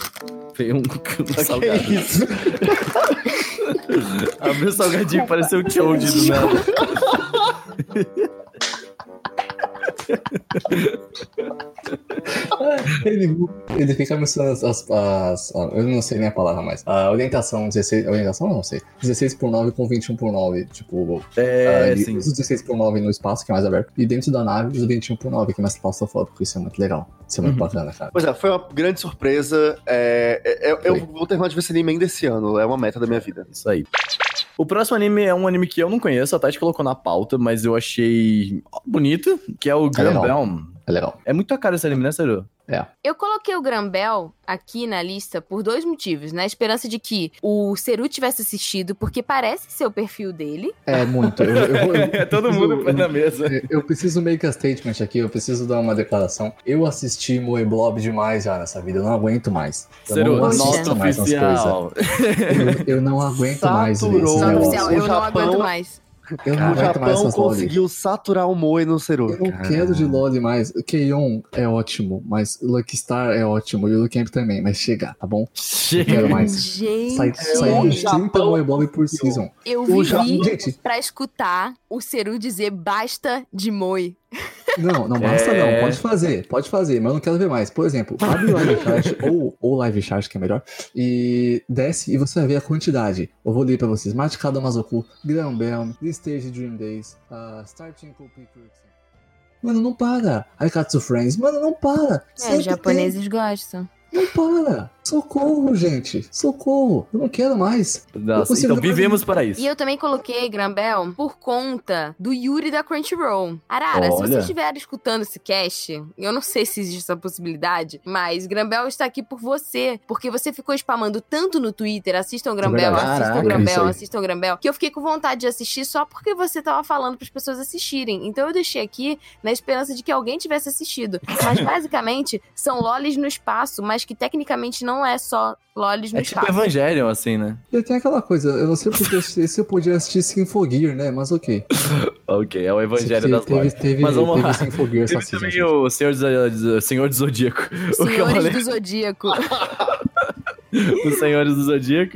Foi um, um salgado.
Que é isso?
Abriu o salgadinho, pareceu o Chode do nada.
ele, ele fica misturando as, as- as- Eu não sei nem a palavra mais. A orientação 16. Orientação não sei. 16 por 9 com 21 por 9. Tipo,
É,
ah, e
sim.
os 16 por 9 no espaço, que é mais aberto. E dentro da nave, os 21 por 9, que é mais claustrofóbico. Isso é muito legal. Isso é muito bacana, cara.
Pois é, foi uma grande surpresa. é, é, é, eu
Foi.
vou terminar de ver esse anime ainda esse ano. É uma meta da minha vida.
Isso aí. O próximo anime é um anime que eu não conheço, a Tati colocou na pauta, mas eu achei bonito, que é o Grand
legal.
Belm.
É legal. É.
É muito a cara esse anime, né, Saru?
Eu coloquei o Grambel aqui na lista por dois motivos. Na esperança de que o Seru tivesse assistido, porque parece ser o perfil dele.
É muito. Eu, eu, eu-
É
eu- eu-
mesa.
É, Eu preciso make a statement aqui, eu preciso dar uma declaração. Eu assisti Moe Blob demais já nessa vida, eu não aguento mais. Eu
Saru,
não assisto
nota
mais essas
oficial.
coisas. Eu, eu não aguento mais ver
Saturou.
esses
Não,
Só
não.
negócios.
oficial,
O
eu não
Japão-
aguento mais.
Eu não
o
aguento mais
Japão
Ah, essas loli.
conseguiu saturar o Moe no
Eu
Seru.
não
Cara.
quero de loli mais. Keion é ótimo, mas Lucky Star é ótimo e o Lucky Camp também, mas chega, tá bom? Não
Chega.
quero mais.
Gente,
Sai,
o
sai de 30
É um Japão-
Moe Blob por season.
eu
o
vivi
Ja-
Gente,
pra escutar o Seru dizer basta de moi.
Não, não basta
É.
não. Pode fazer, pode fazer, mas eu não quero ver mais. Por exemplo, abre o live chat ou, ou live chat, que é melhor, e desce e você vai ver a quantidade. Eu vou ler pra vocês. Maticado Mazoku, Graham Bell, This Stage Dream Days, uh, Star Tinkle Pickers. Mano, não para. Aikatsu Friends, mano, não para.
É,
Sempre
os japoneses gostam.
tem. Não para. Socorro, gente. Socorro. Eu não quero mais.
Nossa, então vivemos para isso.
E eu também coloquei Grambel por conta do Yuri da Crunchyroll. Arara, se
Olha.
você estiver escutando esse cast, eu não sei se existe essa possibilidade, mas Grambel está aqui por você, porque você ficou spamando tanto no Twitter, assistam Grambel,
verdade.
assistam
Caraca, isso
Grambel,
aí.
assistam Grambel, que eu fiquei com vontade de assistir só porque você tava falando para as pessoas assistirem. Então eu deixei aqui na esperança de que alguém tivesse assistido. Mas basicamente são lolis no espaço, mas que tecnicamente não é só lolis no
É tipo
espaço.
Evangelion, assim, né?
E tem aquela coisa, eu não sei porque eu assisti, se eu podia assistir Sinfogir, né? Mas ok.
Ok, é o Evangelho
Teve-
das
teve,
Lojas.
teve,
Mas vamos
teve
lá.
Sinfogir essa
Teve
season,
também
gente.
eh, o Senhor, do Senhor do Zodíaco. O
Senhores
Cavaleiro-
do Zodíaco.
os Senhores do Zodíaco,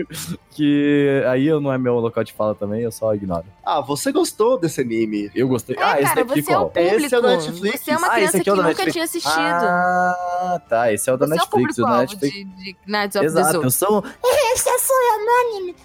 que aí eu não é meu local de fala também, eu só ignoro.
Ah, você gostou desse anime?
Eu gostei.
É,
ah, esse
cara,
daqui
você é o
qual?
público.
Esse é o Netflix.
Você é uma
Ah, esse
criança
aqui
que
é o da
nunca
Netflix.
tinha assistido.
Ah, tá, esse é o da
você é o
Netflix, o
público-alvo
Netflix.
de, de né, Knights of the
Exato, é eu
Zoo.
sou. um,
Esse é sou anônimo.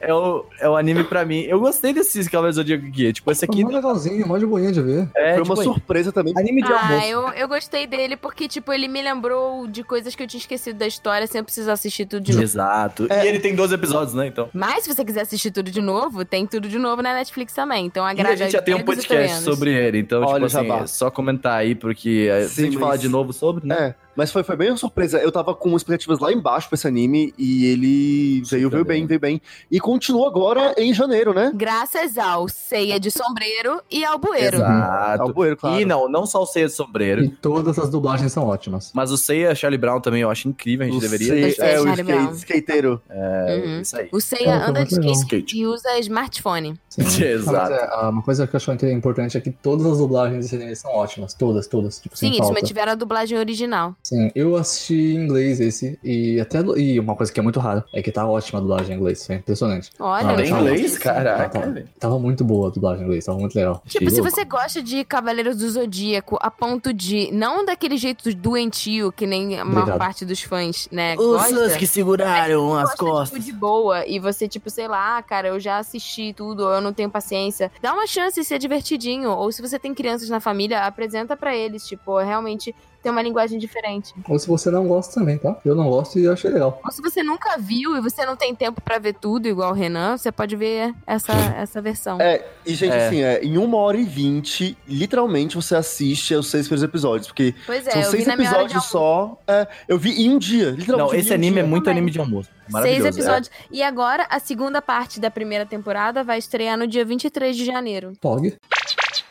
É o, é o anime pra mim. Eu gostei desse Cavaleiro do Zodíaco aqui. Tipo, esse aqui.
Foi mó um legalzinho, mó de boinha de ver.
É,
Foi
tipo,
uma surpresa também.
Anime de almoço.
Ah, eu, eu gostei dele porque, tipo, ele me lembrou de coisas que eu tinha esquecido da história sem eu precisar assistir tudo de novo.
Exato.
É.
E ele tem 12 episódios, né? Então.
Mas se você quiser assistir tudo de novo, tem tudo de novo na Netflix também. Então
E
agrada
a gente já tem um
gregos e
podcast
troianos.
sobre ele, então,
Olha,
tipo assim,
Jabá.
é só comentar aí, porque é, se
Sim,
a gente
mas-
falar de novo sobre, né?
É, mas foi, foi bem uma surpresa. Eu tava com expectativas lá embaixo pra esse anime e ele veio, veio bem, veio bem. E continua agora em janeiro, né?
Graças ao Ceia de Sombreiro e ao Bueiro.
Exato.
Albueiro, É. Uhum. Tá claro.
E Ah, não, não só o Ceia de Sombreiro,
E todas as dublagens são ótimas.
mas o Ceia Charlie Brown também eu acho incrível, a gente
O
deveria.
Sei-
Acho que é
é, o
Charlie Brown.
skate, skateiro.
É,
Uhum.
Isso aí.
O Ceia
Ela foi
anda de
muito legal.
skate e usa smartphone.
Sim.
Exato.
Mas, é, ah, uma coisa que eu acho que é importante é que todas as dublagens desse anime são ótimas. Todas, todas. Tipo,
Sim,
sem
eles
falta.
mantiveram a dublagem original.
Sim, eu assisti em inglês esse e até e uma coisa que é muito rara é que tá ótima a dublagem em inglês, é impressionante.
Olha,
Ah,
eu
em
não
inglês,
sabia.
cara? Caraca,
Tava-
velho.
tava muito boa a dublagem em inglês, tava muito legal.
Tipo, se você gosta de Cavaleiros do Zodíaco a ponto de. Não daquele jeito doentio, que nem a maior
Obrigado.
parte dos fãs, né? gosta,
seguraram
gosta, Tipo, de boa. E você, tipo, sei lá, cara, eu já assisti tudo, ou eu não tenho paciência. Dá uma chance e ser divertidinho. Ou se você tem crianças na família, apresenta pra eles. Tipo, realmente tem uma linguagem diferente.
Ou se você não gosta também, tá? Eu não gosto e eu achei legal.
Ou se você nunca viu e você não tem tempo pra ver tudo, igual o Renan, você pode ver essa, essa versão.
É, E, gente,
É.
assim, é, em uma hora e vinte, literalmente você assiste aos seis primeiros episódios, porque
pois é,
são
eu vi
seis
na minha hora de
episódios só. É, eu vi em um dia, literalmente.
Não,
eu vi
esse
em um
anime
dia.
é muito
também.
anime de almoço.
Seis
Maravilhoso. é.
episódios. E agora, a segunda parte da primeira temporada vai estrear no dia 23 de janeiro.
Pog.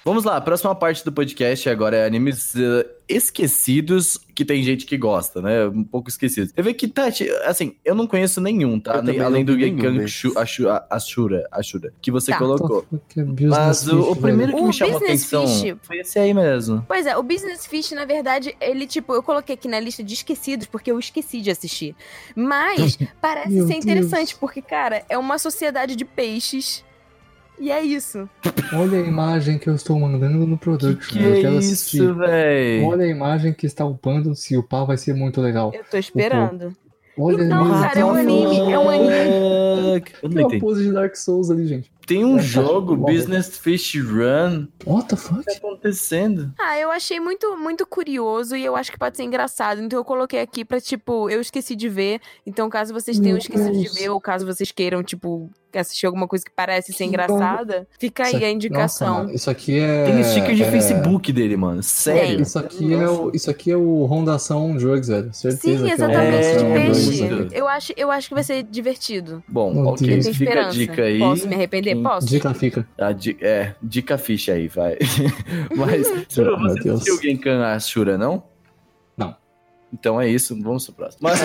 Vamos lá, a próxima parte do podcast agora é animes eh, esquecidos, que tem gente que gosta, né? Um pouco esquecidos. Eu vi que, Tati, assim, eu não conheço nenhum, tá?
Eu
Nem-
também
além do
não vi nenhum
Gekan
desses.
Ashura, Ashura, que você
Tá.
colocou.
Fuck, é
Mas
business
o, o
fish,
primeiro que
O
me chamou a
Business
atenção
Fish.
foi esse aí mesmo.
Pois é, o Business Fish, na verdade, ele, tipo, eu coloquei aqui na lista de esquecidos, porque eu esqueci de assistir. Mas parece
Meu
ser interessante,
Deus.
porque, cara, é uma sociedade de peixes. E é isso.
velho. Olha a imagem que eu estou mandando no production.
Que é
eu quero
isso,
assistir.
velho?
Olha a imagem que está upando, se upar vai ser muito legal.
Eu tô esperando.
Olha
Então,
a imagem,
cara,
tem
é um
uma
anime,
pose-
é um anime. É,
Caraca, Eu não
Tem uma
entendi.
pose de Dark Souls ali, gente.
Tem um jogo,
Bom,
Business Fish Run. O
What the fuck?
que tá acontecendo?
Ah, eu achei muito, muito curioso e eu acho que pode ser engraçado. Então eu coloquei aqui pra, tipo, eu esqueci de ver. Então, caso vocês tenham
Meu
esquecido de
Deus.
ver, ou caso vocês queiram, tipo, assistir alguma coisa que parece ser
Que
engraçada, fica
Isso
aí a
aqui-
indicação.
Nossa, mano, isso aqui é.
Tem um sticker de
é-
Facebook dele, mano. Sério.
Isso aqui, é o, isso aqui é o Rondação Drugs, velho. Certeza
Sim,
que é o
exatamente,
É,
de
Rondação
peixe.
Drugs,
muito.
velho.
Eu acho, eu acho que vai ser divertido.
Bom,
Meu
ok.
Eu
Deus.
tenho
Fica a
esperança.
dica aí.
Posso me arrepender?
Quem-
Posso?
Dica fica.
A di- É, dica ficha aí, vai. Mas, Suru,
Ah, meu
você não
Deus.
assistiu Genkan Ashura, não?
Não.
Então é isso, vamos pro próximo. Mas,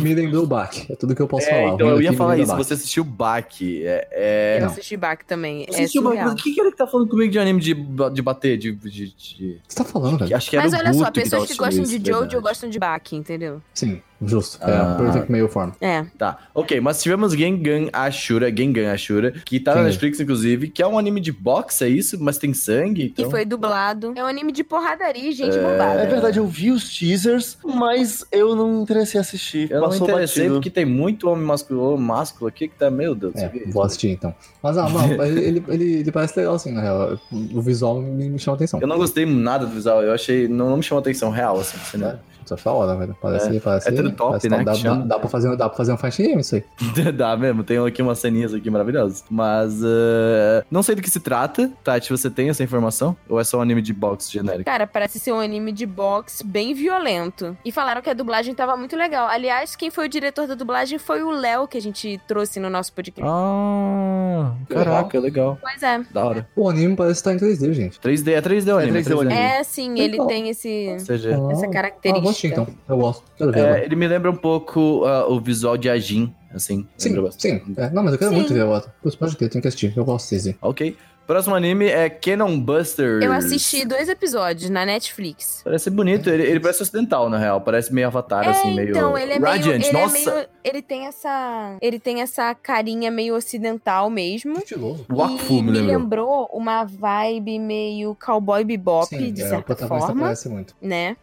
Me lembrou o Bach. É tudo que eu posso
é,
falar.
então
Vem
eu ia
aqui, me
falar
lembra
isso,
Bach.
você assistiu Baki. É, é...
eu
não.
assisti Bach
Você
também. É
assistiu Baki,
surreal.
mas quem que era que tá falando comigo de anime de, de bater? De, de- de-
Você tá falando, velho?
Acho que era
Mas
o
olha só,
Guto que
pessoas
tava
que gostam de
assistindo isso, é
Jojo
verdade.
gostam de Bach, entendeu?
Sim, justo. É
Ah.
a perfect male form.
É.
Tá, ok, mas tivemos Gengan Ashura, Gengan Ashura, que tá na
Sim.
Netflix, inclusive, que é um anime de boxe, é isso? Mas tem sangue,
Que
então...
foi dublado. É um anime de porradaria e gente bombada.
É verdade, eu vi os teasers, mas eu não me interessei em assistir.
Eu não me
Passou
interessei
batido.
porque tem muito homem masculino, másculo aqui que tá, meu Deus.
É,
que-
vou assistir então. Mas ah, não, mas ele, ele, ele, ele parece legal, assim, na real. O visual me, me chama atenção.
Eu não gostei nada do visual, eu achei. Não, não me chamou atenção real, assim, do cinema.
Só fala, é velho. Parece, parece.
é tudo top,
parece,
né,
Dá,
que chama.
dá, dá pra fazer, dá pra fazer um fight game isso aí.
Dá mesmo, tem aqui umas ceninhas aqui maravilhosas. Mas. eh, não sei do que se trata. Tati, você tem essa informação? Ou é só um anime de boxe genérico?
Cara, parece ser um anime de boxe bem violento. E falaram que a dublagem tava muito legal. Aliás, quem foi o diretor da dublagem foi o Léo, que a gente trouxe no nosso podcast.
Ah, caraca, legal.
Pois é.
Da hora.
O anime parece estar em 3D, gente.
3D, é 3D o anime.
3D o anime.
É, sim, ele
Legal.
tem esse,
CG.
essa
Ah.
característica.
Ah, eu gosto então. Eu gosto. Quero ver.
É, ele me lembra um pouco ah, o visual de Ajin, assim.
Sim,
lembra bastante.
sim. É, não, mas eu quero
Sim.
muito ver o outro. Putz, pode ter, tem que assistir. Eu gosto de
Ok. Próximo anime é Cannon Buster.
Eu assisti dois episódios na Netflix.
Parece bonito, ele, ele parece ocidental, na real. Parece meio avatar, assim, meio.
então, ele é meio,
Radiant,
ele
nossa!
é meio, ele tem essa, ele tem essa carinha meio ocidental mesmo.
Estiloso.
Wakfu,
e
me
me
lembrou.
lembrou uma vibe meio cowboy bebop,
Sim,
de
é, o
certa
protagonista
forma,
parece muito.
né?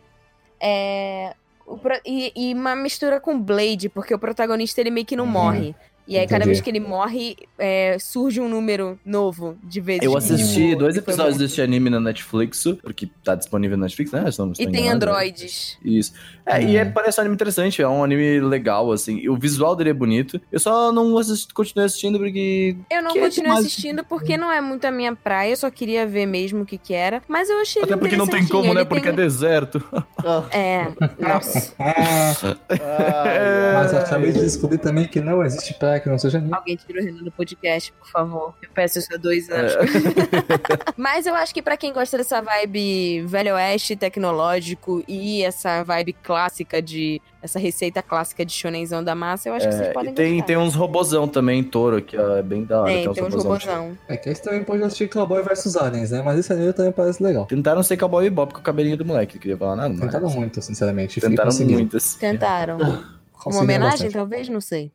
É, o pro- e, e uma mistura com Blade, porque o protagonista ele meio que não
Uhum.
morre. E aí, cada
Entendi.
vez que ele morre, é, surge um número novo de vezes.
Eu
que,
assisti
tipo,
dois
ele foi
episódios
morto.
desse anime na Netflix, porque tá disponível na Netflix, né? Se eu não estou
E tem
enganado.
androides.
Isso. É, e é-
Uhum.
parece um anime interessante, é um anime legal, assim. E o visual dele é bonito. Eu só não assisti, continuei assistindo porque.
Eu não
Que
continuo
demais.
assistindo porque não é muito a minha praia, eu só queria ver mesmo o que que era. Mas eu achei ele é interessantinho, ele tem-
né?
um-
deserto.
É, nossa.
Ah,
Ah,
mas acabei de descobrir também que não existe praia que não seja
Uhum.
anime.
Alguém tira o Renan do podcast, por favor. Eu peço isso há dois
É.
anos. Mas eu acho que pra quem gosta dessa vibe velho oeste, tecnológico e essa vibe clássica de... Essa receita clássica de shonenzão da massa, eu acho que vocês
É, e
podem
tem,
gostar.
tem uns robozão também, touro, que ó, é bem da hora.
Tem,
uns
tem um uns
robozão.
robôzão.
É que a gente também pode assistir Cowboy vs Aliens, né? Mas esse anime também parece legal.
Tentaram ser cowboy e bob com o cabelinho do moleque, não queria falar nada. mas-
Tentaram muito, sinceramente.
Tentaram assim.
muito.
muitas.
Tentaram. Uma homenagem, talvez? Não sei.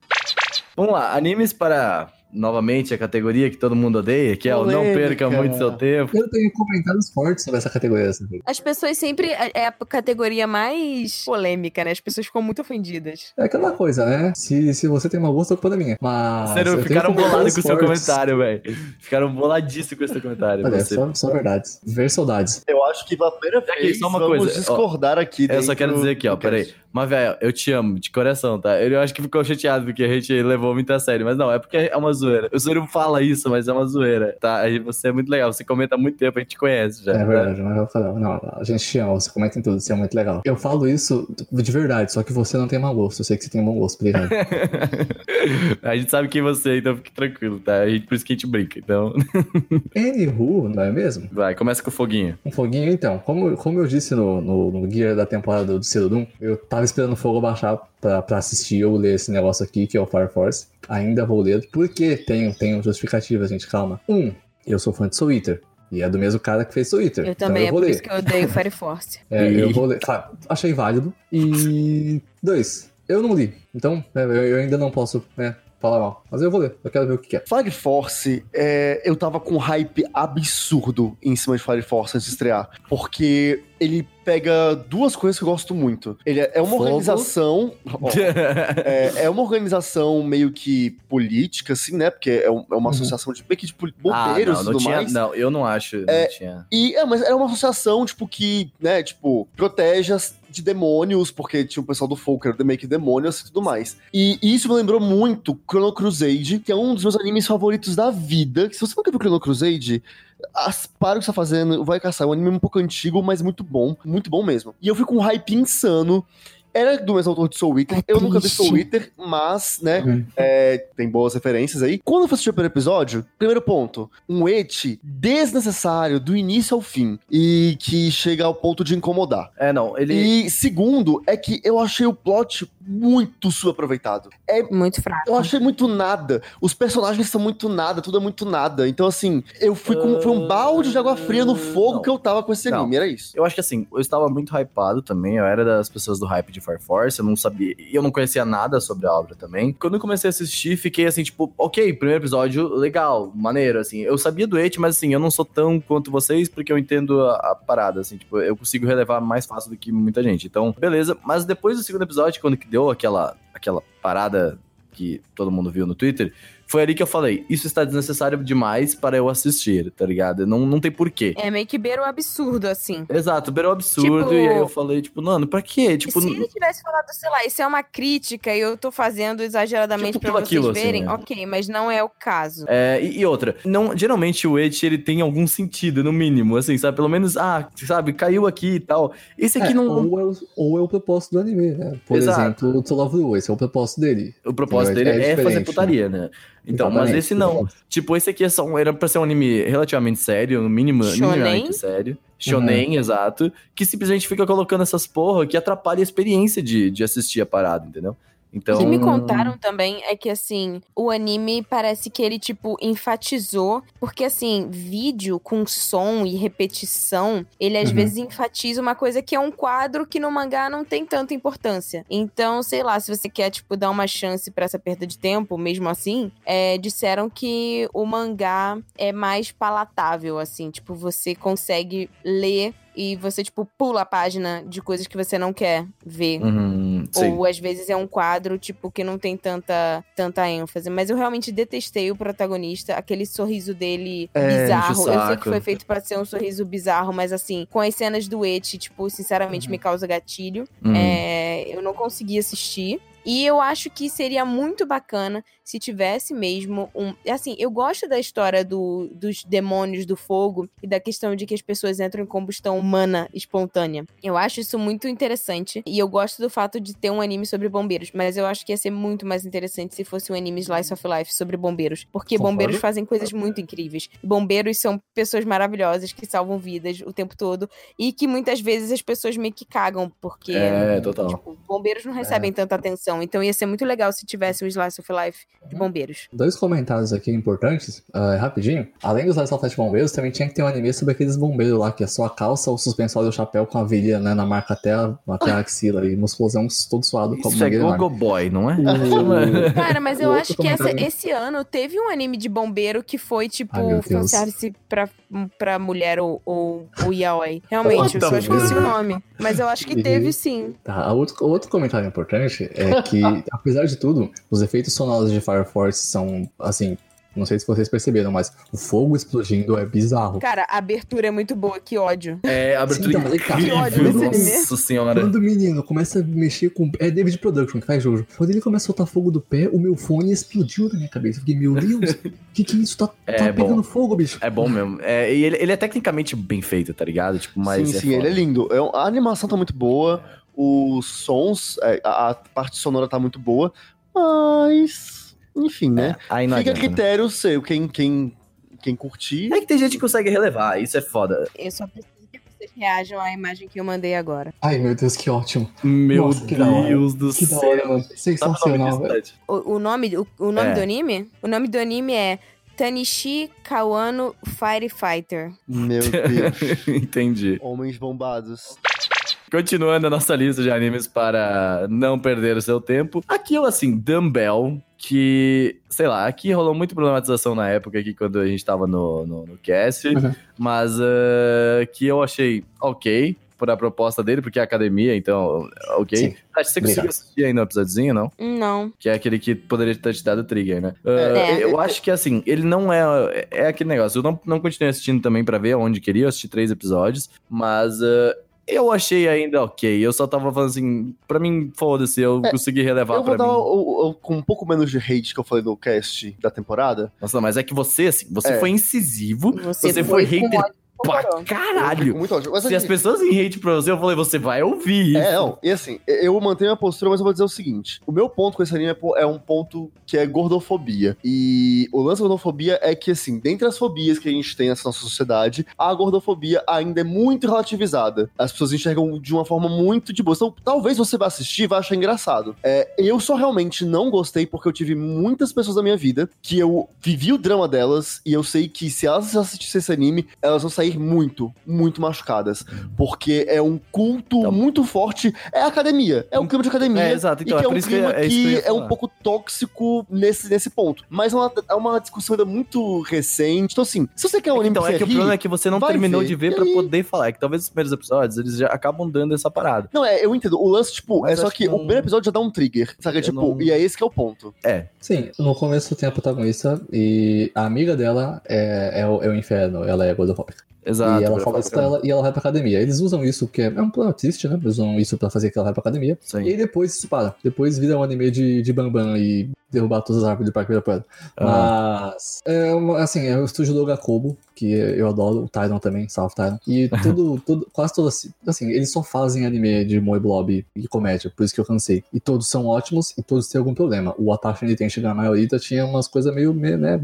Vamos lá, animes para, novamente, a categoria que todo mundo odeia, que é o Não
Polêmica.
Perca Muito Seu Tempo.
Eu tenho comentários fortes sobre essa categoria. assim.
As pessoas sempre. É a categoria mais polêmica, né? As pessoas ficam muito ofendidas.
É aquela coisa, né? Se, se você tem mau gosto, é culpa da minha. Mas. eu
Sério,
tenho
ficaram bolados
comentários
com o seu
fortes.
comentário, velho. Ficaram boladíssimos com esse comentário.
Olha,
você.
só, só verdades. Ver saudades.
Eu acho que pela primeira
Aqui,
vez
só uma
vamos
coisa, ó.
discordar aqui.
Eu só
dentro
quero dizer aqui, ó,
do cast.
peraí. Mas, velho, eu te amo, de coração, tá? Eu acho que ficou chateado porque a gente levou muito a sério, mas não, é porque é uma zoeira. O Zoro fala isso, mas é uma zoeira, tá? Aí você é muito legal, você comenta há muito tempo, a gente conhece já.
É,
tá?
verdade, mas eu falo, não, a gente te ama, você comenta em tudo, isso é muito legal. Eu falo isso de verdade, só que você não tem mau gosto, eu sei que você tem um bom gosto, tá obrigado.
a gente sabe quem você é, então fique tranquilo, tá? A gente- por isso que a gente brinca. Então,
Anywho, não é mesmo?
vai, começa com o foguinho.
Um foguinho, então. Como, como eu disse no, no, no guia da temporada do Celudum, eu tava esperando o fogo baixar pra, pra assistir ou ler esse negócio aqui, que é o Fire Force. Ainda vou ler, porque tenho, tenho justificativa, um gente, calma. Um, eu sou fã de Soul Eater. E é do mesmo cara que fez Soul Eater.
Eu
Tá,
também,
então eu
é
vou
por
ler.
isso que eu odeio Fire Force.
É,
E-
eu vou ler. Tá, achei válido. E. Dois, eu não li. Então, né, eu, eu ainda não posso né, falar mal. Mas eu vou ler, eu quero ver o que que é.
Fire Force, é, eu tava com um hype absurdo em cima de Fire Force antes de estrear. Porque ele pega duas coisas que eu gosto muito. Ele é, é uma
Fogo.
organização. ó, é, é uma organização meio que política, assim, né? Porque é, um- é uma
Uhum.
associação de meio que de poli-
ah,
bombeiros
não,
e
não
tudo
tinha,
mais.
não, eu não acho,
É,
não tinha.
E é, mas era uma associação, tipo, que, né, tipo, protege as- de demônios, porque tinha o pessoal do Folk, era The Make Demônios e tudo mais. E isso me lembrou muito Chrono Crusade, que é um dos meus animes favoritos da vida. Que se você nunca viu Chrono Crusade, as, para o que você tá fazendo, vai caçar. É um anime um pouco antigo, mas muito bom, muito bom mesmo. E eu fui com um hype insano. Era do mesmo autor de Soul Eater.
Ai,
eu nunca vi
triste.
Soul Eater, mas, né,
Uhum.
é, tem boas referências aí. Quando eu fui assistir o primeiro episódio, primeiro ponto, um et desnecessário do início ao fim e que chega ao ponto de incomodar.
É, não, ele.
E segundo, é que eu achei o plot muito subaproveitado. É
Muito fraco.
eu achei muito nada. Os personagens são muito nada, tudo é muito nada. Então, assim, eu fui com. Foi um balde de água fria no fogo
Ah, Não.
que eu tava com esse
Não.
anime, era isso.
Eu acho que assim, eu estava muito hypado também, eu era das pessoas do hype de Fire Force, eu não sabia, e eu não conhecia nada sobre a obra também. Quando eu comecei a assistir, fiquei assim, tipo, ok, primeiro episódio, legal, maneiro, assim. Eu sabia do Eti, mas assim, eu não sou tão quanto vocês, porque eu entendo a, a parada, assim, tipo, eu consigo relevar mais fácil do que muita gente. Então, beleza, mas depois do segundo episódio, quando que deu aquela, aquela parada que todo mundo viu no Twitter, foi ali que eu falei, isso está desnecessário demais para eu assistir, tá ligado? Não, não tem porquê.
É meio que beira o absurdo, assim.
Exato, beirou um absurdo.
Tipo-
E aí eu falei, tipo, mano, pra quê? Tipo,
se
n-
ele tivesse falado, sei lá, isso é uma crítica e eu tô fazendo exageradamente
Tipo,
pra
pelo
vocês
aquilo, assim,
verem,
né?
ok, mas não é o caso.
é, e, e outra, não, geralmente o et ele tem algum sentido, no mínimo, assim, sabe? Pelo menos, ah, sabe, caiu aqui e tal. Esse aqui
É,
não.
ou, é o, ou é o propósito do anime, né? Por
Exato.
exemplo, o To Love the Way, esse é o propósito dele.
O propósito
é
dele é,
diferente,
fazer putaria, né? Então, mas
Exatamente.
esse não. Tipo, esse aqui é só um- era pra ser um anime relativamente sério, no mínimo,
Shonen?
minimamente sério. Shonen,
Uhum.
exato. Que simplesmente fica colocando essas porra que atrapalha a experiência de, de assistir a parada, entendeu? Então,
O que me contaram também é que, assim, o anime parece que ele, tipo, enfatizou. Porque, assim, vídeo com som e repetição, ele às
Uhum.
vezes enfatiza uma coisa que é um quadro que no mangá não tem tanta importância. Então, sei lá, se você quer, tipo, dar uma chance pra essa perda de tempo, mesmo assim, é, disseram que o mangá é mais palatável, assim. Tipo, você consegue ler e você, tipo, pula a página de coisas que você não quer ver.
Uhum, sim.
Ou às vezes é um quadro, tipo, que não tem tanta, tanta ênfase. Mas eu realmente detestei o protagonista, aquele sorriso dele
É, enche o
bizarro. Eu sei
saco.
que foi feito pra ser um sorriso bizarro, mas assim, com as cenas do Et, tipo, sinceramente me causa gatilho.
Uhum.
É, eu não consegui assistir. E eu acho que seria muito bacana se tivesse mesmo um. Assim, eu gosto da história do, dos demônios do fogo e da questão de que as pessoas entram em combustão humana espontânea. Eu acho isso muito interessante. E eu gosto do fato de ter um anime sobre bombeiros. Mas eu acho que ia ser muito mais interessante se fosse um anime Slice of Life sobre bombeiros. Porque
Concordo.
bombeiros fazem coisas muito incríveis. Bombeiros são pessoas maravilhosas que salvam vidas o tempo todo. E que muitas vezes as pessoas meio que cagam, porque.
É, total. É.
Tipo, bombeiros não recebem tanta atenção, então ia ser muito legal se tivesse um Slice of Life
Uhum.
de bombeiros.
Dois comentários aqui importantes, ah, rapidinho. Além dos Life of Life Bombeiros, também tinha que ter um anime sobre aqueles bombeiros lá, que é só a calça, o suspensório e o chapéu com a virilha né, na marca até a, até a axila, e musculosão todo suado né? com a
Isso é
mangueira enorme.
Gogo Boy, não é?
O-
Cara, mas eu
Outro
acho que essa-
comentário.
esse ano teve um anime de bombeiro que foi, tipo,
Ai, meu Deus.
fanservice pra, pra mulher ou, ou, ou yaoi. Realmente, eu
Puta
só esqueci o
merda. Uhum.
nome. Mas eu acho que teve sim.
Tá, outro, outro comentário importante é que, apesar de tudo, os efeitos sonoros de Fire Force são, assim, não sei se vocês perceberam, mas o fogo explodindo é bizarro.
Cara, a abertura é muito boa, que ódio.
É,
Sim,
abertura
então, aí tá.
incrível.
Que ódio desse anime.
Nossa senhora.
Quando o menino começa a mexer com. É David Production que faz Jojo. Quando ele começa a soltar fogo do pé, o meu fone explodiu na minha cabeça. Eu fiquei, meu Deus, que que é isso? Tá, tá
É bom.
pegando fogo, bicho.
É bom mesmo. É, e ele, ele é tecnicamente bem feito, tá ligado? Tipo, mas
sim,
é
sim,
foda.
ele é lindo. É um- a animação tá muito boa, os sons, é, a, a parte sonora tá muito boa, mas. Enfim,
é,
né?
É, Aí não
Fica a
adianta, né?
critério seu, quem, quem, quem curtir.
É que tem gente que consegue relevar, isso é foda.
Eu só preciso que vocês reajam à imagem que eu mandei agora.
Ai, meu Deus, que ótimo.
Meu
Nossa, que da hora.
do Tá
Que da
Sabe
hora, mano.
o nome
Sensacional,
disso,
velho.
Tati?
O, o nome, o, o nome
É.
do anime? O nome do anime é Tanishi Kawano Firefighter.
Meu Deus.
Entendi.
Homens bombados.
Continuando a nossa lista de animes para não perder o seu tempo. Aqui eu, assim, Dumbbell, que, sei lá, aqui rolou muita problematização na época, aqui quando a gente tava no, no, no cast,
Uhum.
mas eh, que eu achei ok por a proposta dele, porque é academia, então, ok.
Sim.
Acho que você conseguiu
Obrigado.
assistir ainda o episódiozinho, não?
Não.
Que é aquele que poderia ter te dado trigger, né? Ah,
É.
Eu acho que assim, ele não é. É aquele negócio. Eu não, não continuei assistindo também pra ver onde queria, eu assisti três episódios, mas. ah, eu achei ainda ok. Eu só tava falando assim, pra mim, foda-se, eu consegui relevar
É, Eu vou
pra
dar
mim.
o- o- o- com um pouco menos de hate que eu falei no cast da temporada.
Nossa, mas é que você, assim, você
É.
foi incisivo,
Você,
você, foi,
com
hater
ódio pro
pra
Corô.
Eu fico
caralho.
Muito ótimo. Mas,
Se as
assim,
pessoas em hate pra você, eu falei, você vai ouvir.
É, não. E assim, eu mantenho a postura, mas eu vou dizer o seguinte: o meu ponto com esse anime é po- é um ponto que é gordofobia. E o lance da gordofobia é que, assim, dentre as fobias que a gente tem nessa nossa sociedade, a gordofobia ainda é muito relativizada. As pessoas enxergam de uma forma muito de boa. Então, talvez você vá assistir e vá achar engraçado. É, eu só realmente não gostei porque eu tive muitas pessoas da minha vida que eu vivi o drama delas e eu sei que se elas assistissem esse anime, elas vão sair muito, muito machucadas. Porque é um culto
Então-
muito forte. É academia. É um clima de academia.
É, exato. Então,
e
é
que é
por
um
isso que
clima
é- é isso que eu
que
ia
é um
falar.
pouco tóxico nesse, nesse ponto. Mas é uma, é uma discussão ainda muito recente. Então, assim, se você quer um anime
Então,
pra
é
você
que o
rir,
problema é que você não
vai
terminou
ver.
de ver
E
pra
aí?
poder falar. É que talvez os primeiros episódios, eles já acabam dando essa parada.
Não, é, eu entendo. O lance, tipo,
Mas
é só
acho
que
que não-
o primeiro episódio já dá um trigger. Saca?
Eu
Tipo,
não-
e é esse que é o ponto.
Sim, no começo tem a protagonista e a amiga dela é, é, o, é o inferno, ela é gordofóbica.
Exato.
e
eu
ela
ia
fala
falar
isso
pra
pra ela e ela vai pra academia. Eles usam isso, que é, é um plot twist, né? Eles usam isso pra fazer que ela vai pra academia.
Sim.
E depois isso para. Depois vira um anime de, de Bambam e derrubar todas as árvores do parque da pedra.
Ah,
Mas. É uma- assim, é o estúdio do Gakobo, que eu adoro, o Tyron também, salve Tyron. E tudo, tudo, quase todos. Assim, eles só fazem anime de Moe Blob e comédia, por isso que eu cansei. E todos são ótimos e todos têm algum problema. O Atacha ele tem chegado na maioria, tinha umas coisas meio, meio, né,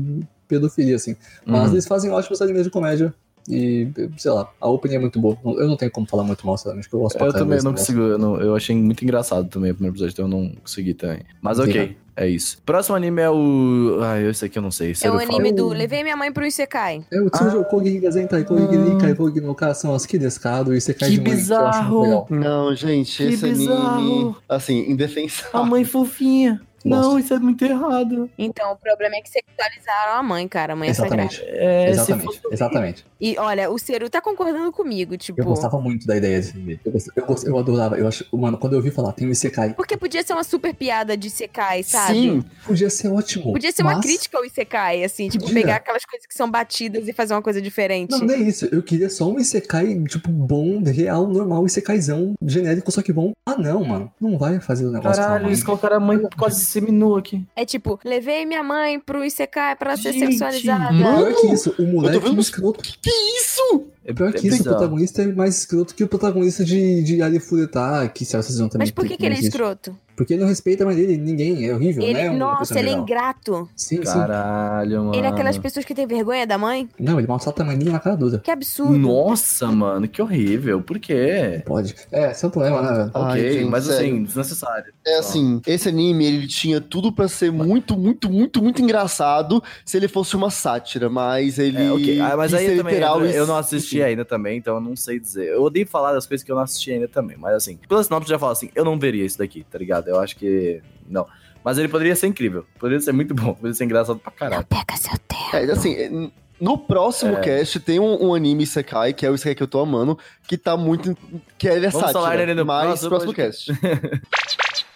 pedofilia, assim. Mas
uhum.
eles fazem ótimos animes de comédia. E, sei lá, a opening é muito boa. Eu não tenho como falar muito mal, sinceramente, porque eu gosto pra
Eu
caramba
também não
desse negócio.
consigo, eu, não- eu achei muito engraçado também o primeiro episódio, então eu não consegui também. Mas ok,
Entendi.
é isso. Próximo anime é o. Ai, esse aqui eu não sei.
É o
Seru Fala.
anime do Levei Minha Mãe pro Isekai.
É o
Ah.
Tsujo Kogi Gazentai Kogi Nikai Kogi no Ka são as que descado e você cai
Que
de manhã, que eu acho muito
bizarro!
legal.
Não, gente,
Que
esse anime.
bizarro.
Assim, indefensável.
A mãe fofinha.
Nossa.
Não, isso é muito errado.
Então, o problema é que sexualizaram a mãe, cara. A mãe é sagrada.
Exatamente.
É, se
Exatamente,
fosse-
exatamente.
E olha, o Ceru tá concordando comigo, tipo.
Eu gostava muito da ideia desse anime. Eu, gost- eu, gost- eu adorava. Eu acho, mano, quando eu vi falar, tem o Isekai,
Porque podia ser uma super piada de Isekai, sabe?
Sim,
podia ser ótimo.
Podia ser uma
mas-
crítica ao Isekai, assim, tipo,
Podia.
pegar aquelas coisas que são batidas e fazer uma coisa diferente.
Não, não é isso. Eu queria só um Isekai, tipo, bom, real, normal, Isekaizão, genérico, só que bom. Ah, não, mano. Não vai fazer o negócio
Caralho, é
com a mãe.
eles colocaram a mãe quase seminua aqui.
É tipo, levei minha mãe pro Isekai pra ela ser
Gente, um
sexualizada.
mano.
Pior que isso, o moleque
Eu tô
é
vendo
um
uns-
escroto.
que isso?
É
Pior que isso, o
bizarro.
protagonista é mais escroto que o protagonista de, de Ali Furetá, que se vocês não também.
Mas por que, que ele é escroto?
Porque ele não respeita mais ele, ninguém, é horrível,
Ele,
né? É uma
nossa,
pessoa
ele é
legal.
ingrato.
Sim, sim.
Caralho, mano.
Ele é aquelas pessoas que têm vergonha da mãe?
Não, ele maltrata a maninha na cara dura.
Que absurdo.
Nossa, mano, que horrível. Por quê?
Pode. É, esse é um problema, né, velho?
Ai,
ok,
gente,
mas
sério.
assim, desnecessário.
É assim, esse anime, ele tinha tudo pra ser muito, muito, muito, muito engraçado se ele fosse uma sátira, mas ele...
É, ok. Ah, mas
quis
aí
ser
também,
literal
eu,
e-
eu não assisti ainda também, então eu não sei dizer. Eu odeio falar das coisas que eu não assisti ainda também, mas assim, pela sinopse já fala assim, eu não veria isso daqui, tá ligado? Eu acho que não. Mas ele poderia ser incrível, poderia ser muito bom, poderia ser engraçado pra
Não
caralho.
pega seu tempo.
É, assim, é, n- no próximo
É.
cast tem um, um anime Sekai, que é o Sekai que eu tô amando, que tá muito... que ele é
Vamos falar
sátira,
dele no
mas
próximo
próximo cast.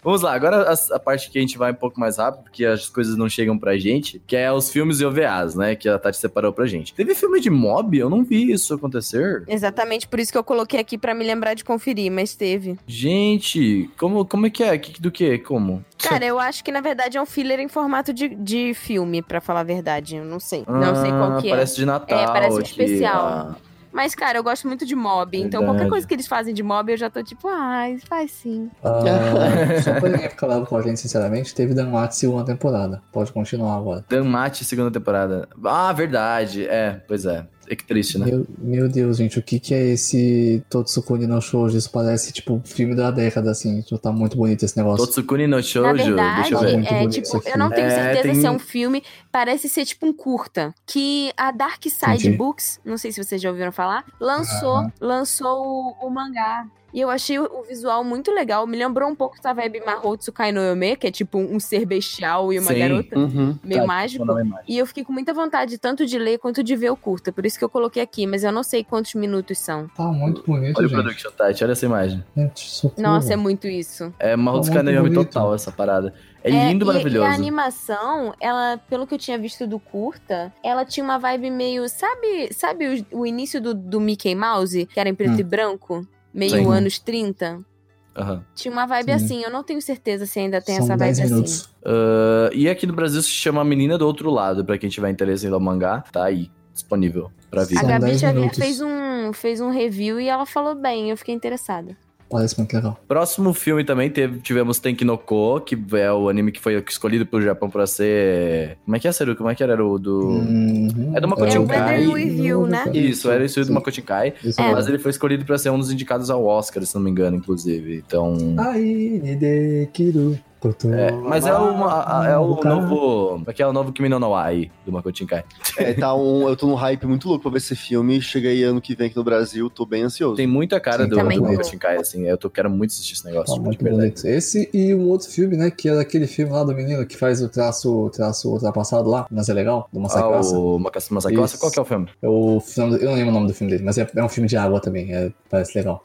Vamos lá, agora a, a parte que a gente vai um pouco mais rápido, porque as coisas não chegam pra gente, que é os filmes e OVAs, né, que a Tati separou pra gente. Teve filme de mob? Eu não vi isso acontecer.
Exatamente por isso que eu coloquei aqui pra me lembrar de conferir, mas teve.
Gente, como, como é que é? Que- Do que? Como?
Cara, eu acho que na verdade é um filler em formato de, de filme, pra falar a verdade. Eu não sei. não sei qual
Ah,
que é.
Parece de Natal.
É, parece um
aqui,
especial.
ah.
Mas, cara, eu gosto muito de mob, então
Verdade.
qualquer coisa que eles fazem de mob, eu já tô tipo, ai, faz sim.
Ah, só pra ninguém ficar bravo com a gente, sinceramente, teve Danmatsu uma temporada. Pode continuar agora.
Dan Mate, segunda temporada. Ah, verdade. É, pois é. É que triste, né?
Meu, meu Deus, gente, o que que é esse Totsukuni no Shoujo? Isso parece, tipo, filme da década, assim. Já tá muito bonito esse negócio.
Totsukuni no
Na
Shoujo, deixa
verdade,
eu
Tá
ver.
muito
é
bonito
tipo,
isso aqui.
eu não tenho
É,
certeza
tem-
se é um filme, parece ser tipo um curta. Que a Dark Side
Entendi.
Books, não sei se vocês já ouviram falar, lançou,
Ah.
lançou o, o mangá. E eu achei o, o visual muito legal. Me lembrou um pouco da vibe Mahou Tsukai no Yome, que é tipo um ser bestial e uma
Sim.
garota
Uhum.
meio
Tá,
mágico.
Vou dar uma imagem.
E eu fiquei com muita vontade tanto de ler quanto de ver o curta. Por isso que eu coloquei aqui, mas eu não sei quantos minutos são.
Tá muito bonito,
Olha o
gente.
production, Tati, olha essa imagem.
Gente, socorro.
Nossa, é muito isso.
É uma
Tá
Hotsukai no
muito
Yomi
bonito.
total essa parada. É, lindo,
e-
maravilhoso.
E a animação, ela, pelo que eu tinha visto do curta, ela tinha uma vibe meio. Sabe, sabe o, o início do, do Mickey Mouse, que era em preto
Hum.
e branco? Meio
Sim.
anos 30?
Aham.
Tinha uma vibe
Sim.
assim, eu não tenho certeza se ainda tem
São
essa
10
vibe
minutos.
assim.
Ah, e aqui no Brasil se chama A Menina do Outro Lado, pra quem tiver interesse em ler o mangá, tá aí, disponível pra ver.
A
São
Gabi
10
Xavier
minutos.
fez um, fez um review e ela falou bem, eu fiquei interessada.
Parece muito legal.
Próximo filme também teve, tivemos Tenki no Ko, que é o anime que foi escolhido pelo Japão pra ser... Como é que é, Seru? Como é que era o do...
Uhum.
É de uma
Eu-
Kotinkai.
É o Review, né?
Isso, era isso de uma Kotinkai.
Isso
É.
Mas ele foi escolhido pra ser um dos indicados ao Oscar, se não me engano, inclusive. Então.
Ai, Nidekiru.
é, mas é, uma- a- a- é
Uhum.
o novo. Aqui é o novo Kimi no no Ai, do Makotin Kai.
É, tá um, eu tô num hype muito louco pra ver esse filme, chega aí ano que vem aqui no Brasil, tô bem ansioso.
Tem muita cara
Sim,
do,
também
do
tô.
Makotin Kai, assim. Eu tô, quero muito assistir esse negócio.
Tá
tipo, de
muito
verdade.
bonito. Esse e um outro filme, né? Que é daquele filme lá do menino que faz o traço, o traço ultrapassado lá, mas é legal, do
Ah,
Massacraça.
o Makasa Masakasa,
Isso.
qual que é o filme?
É o filme- eu não lembro o nome do filme dele, mas é, é um filme de água também, é- parece legal.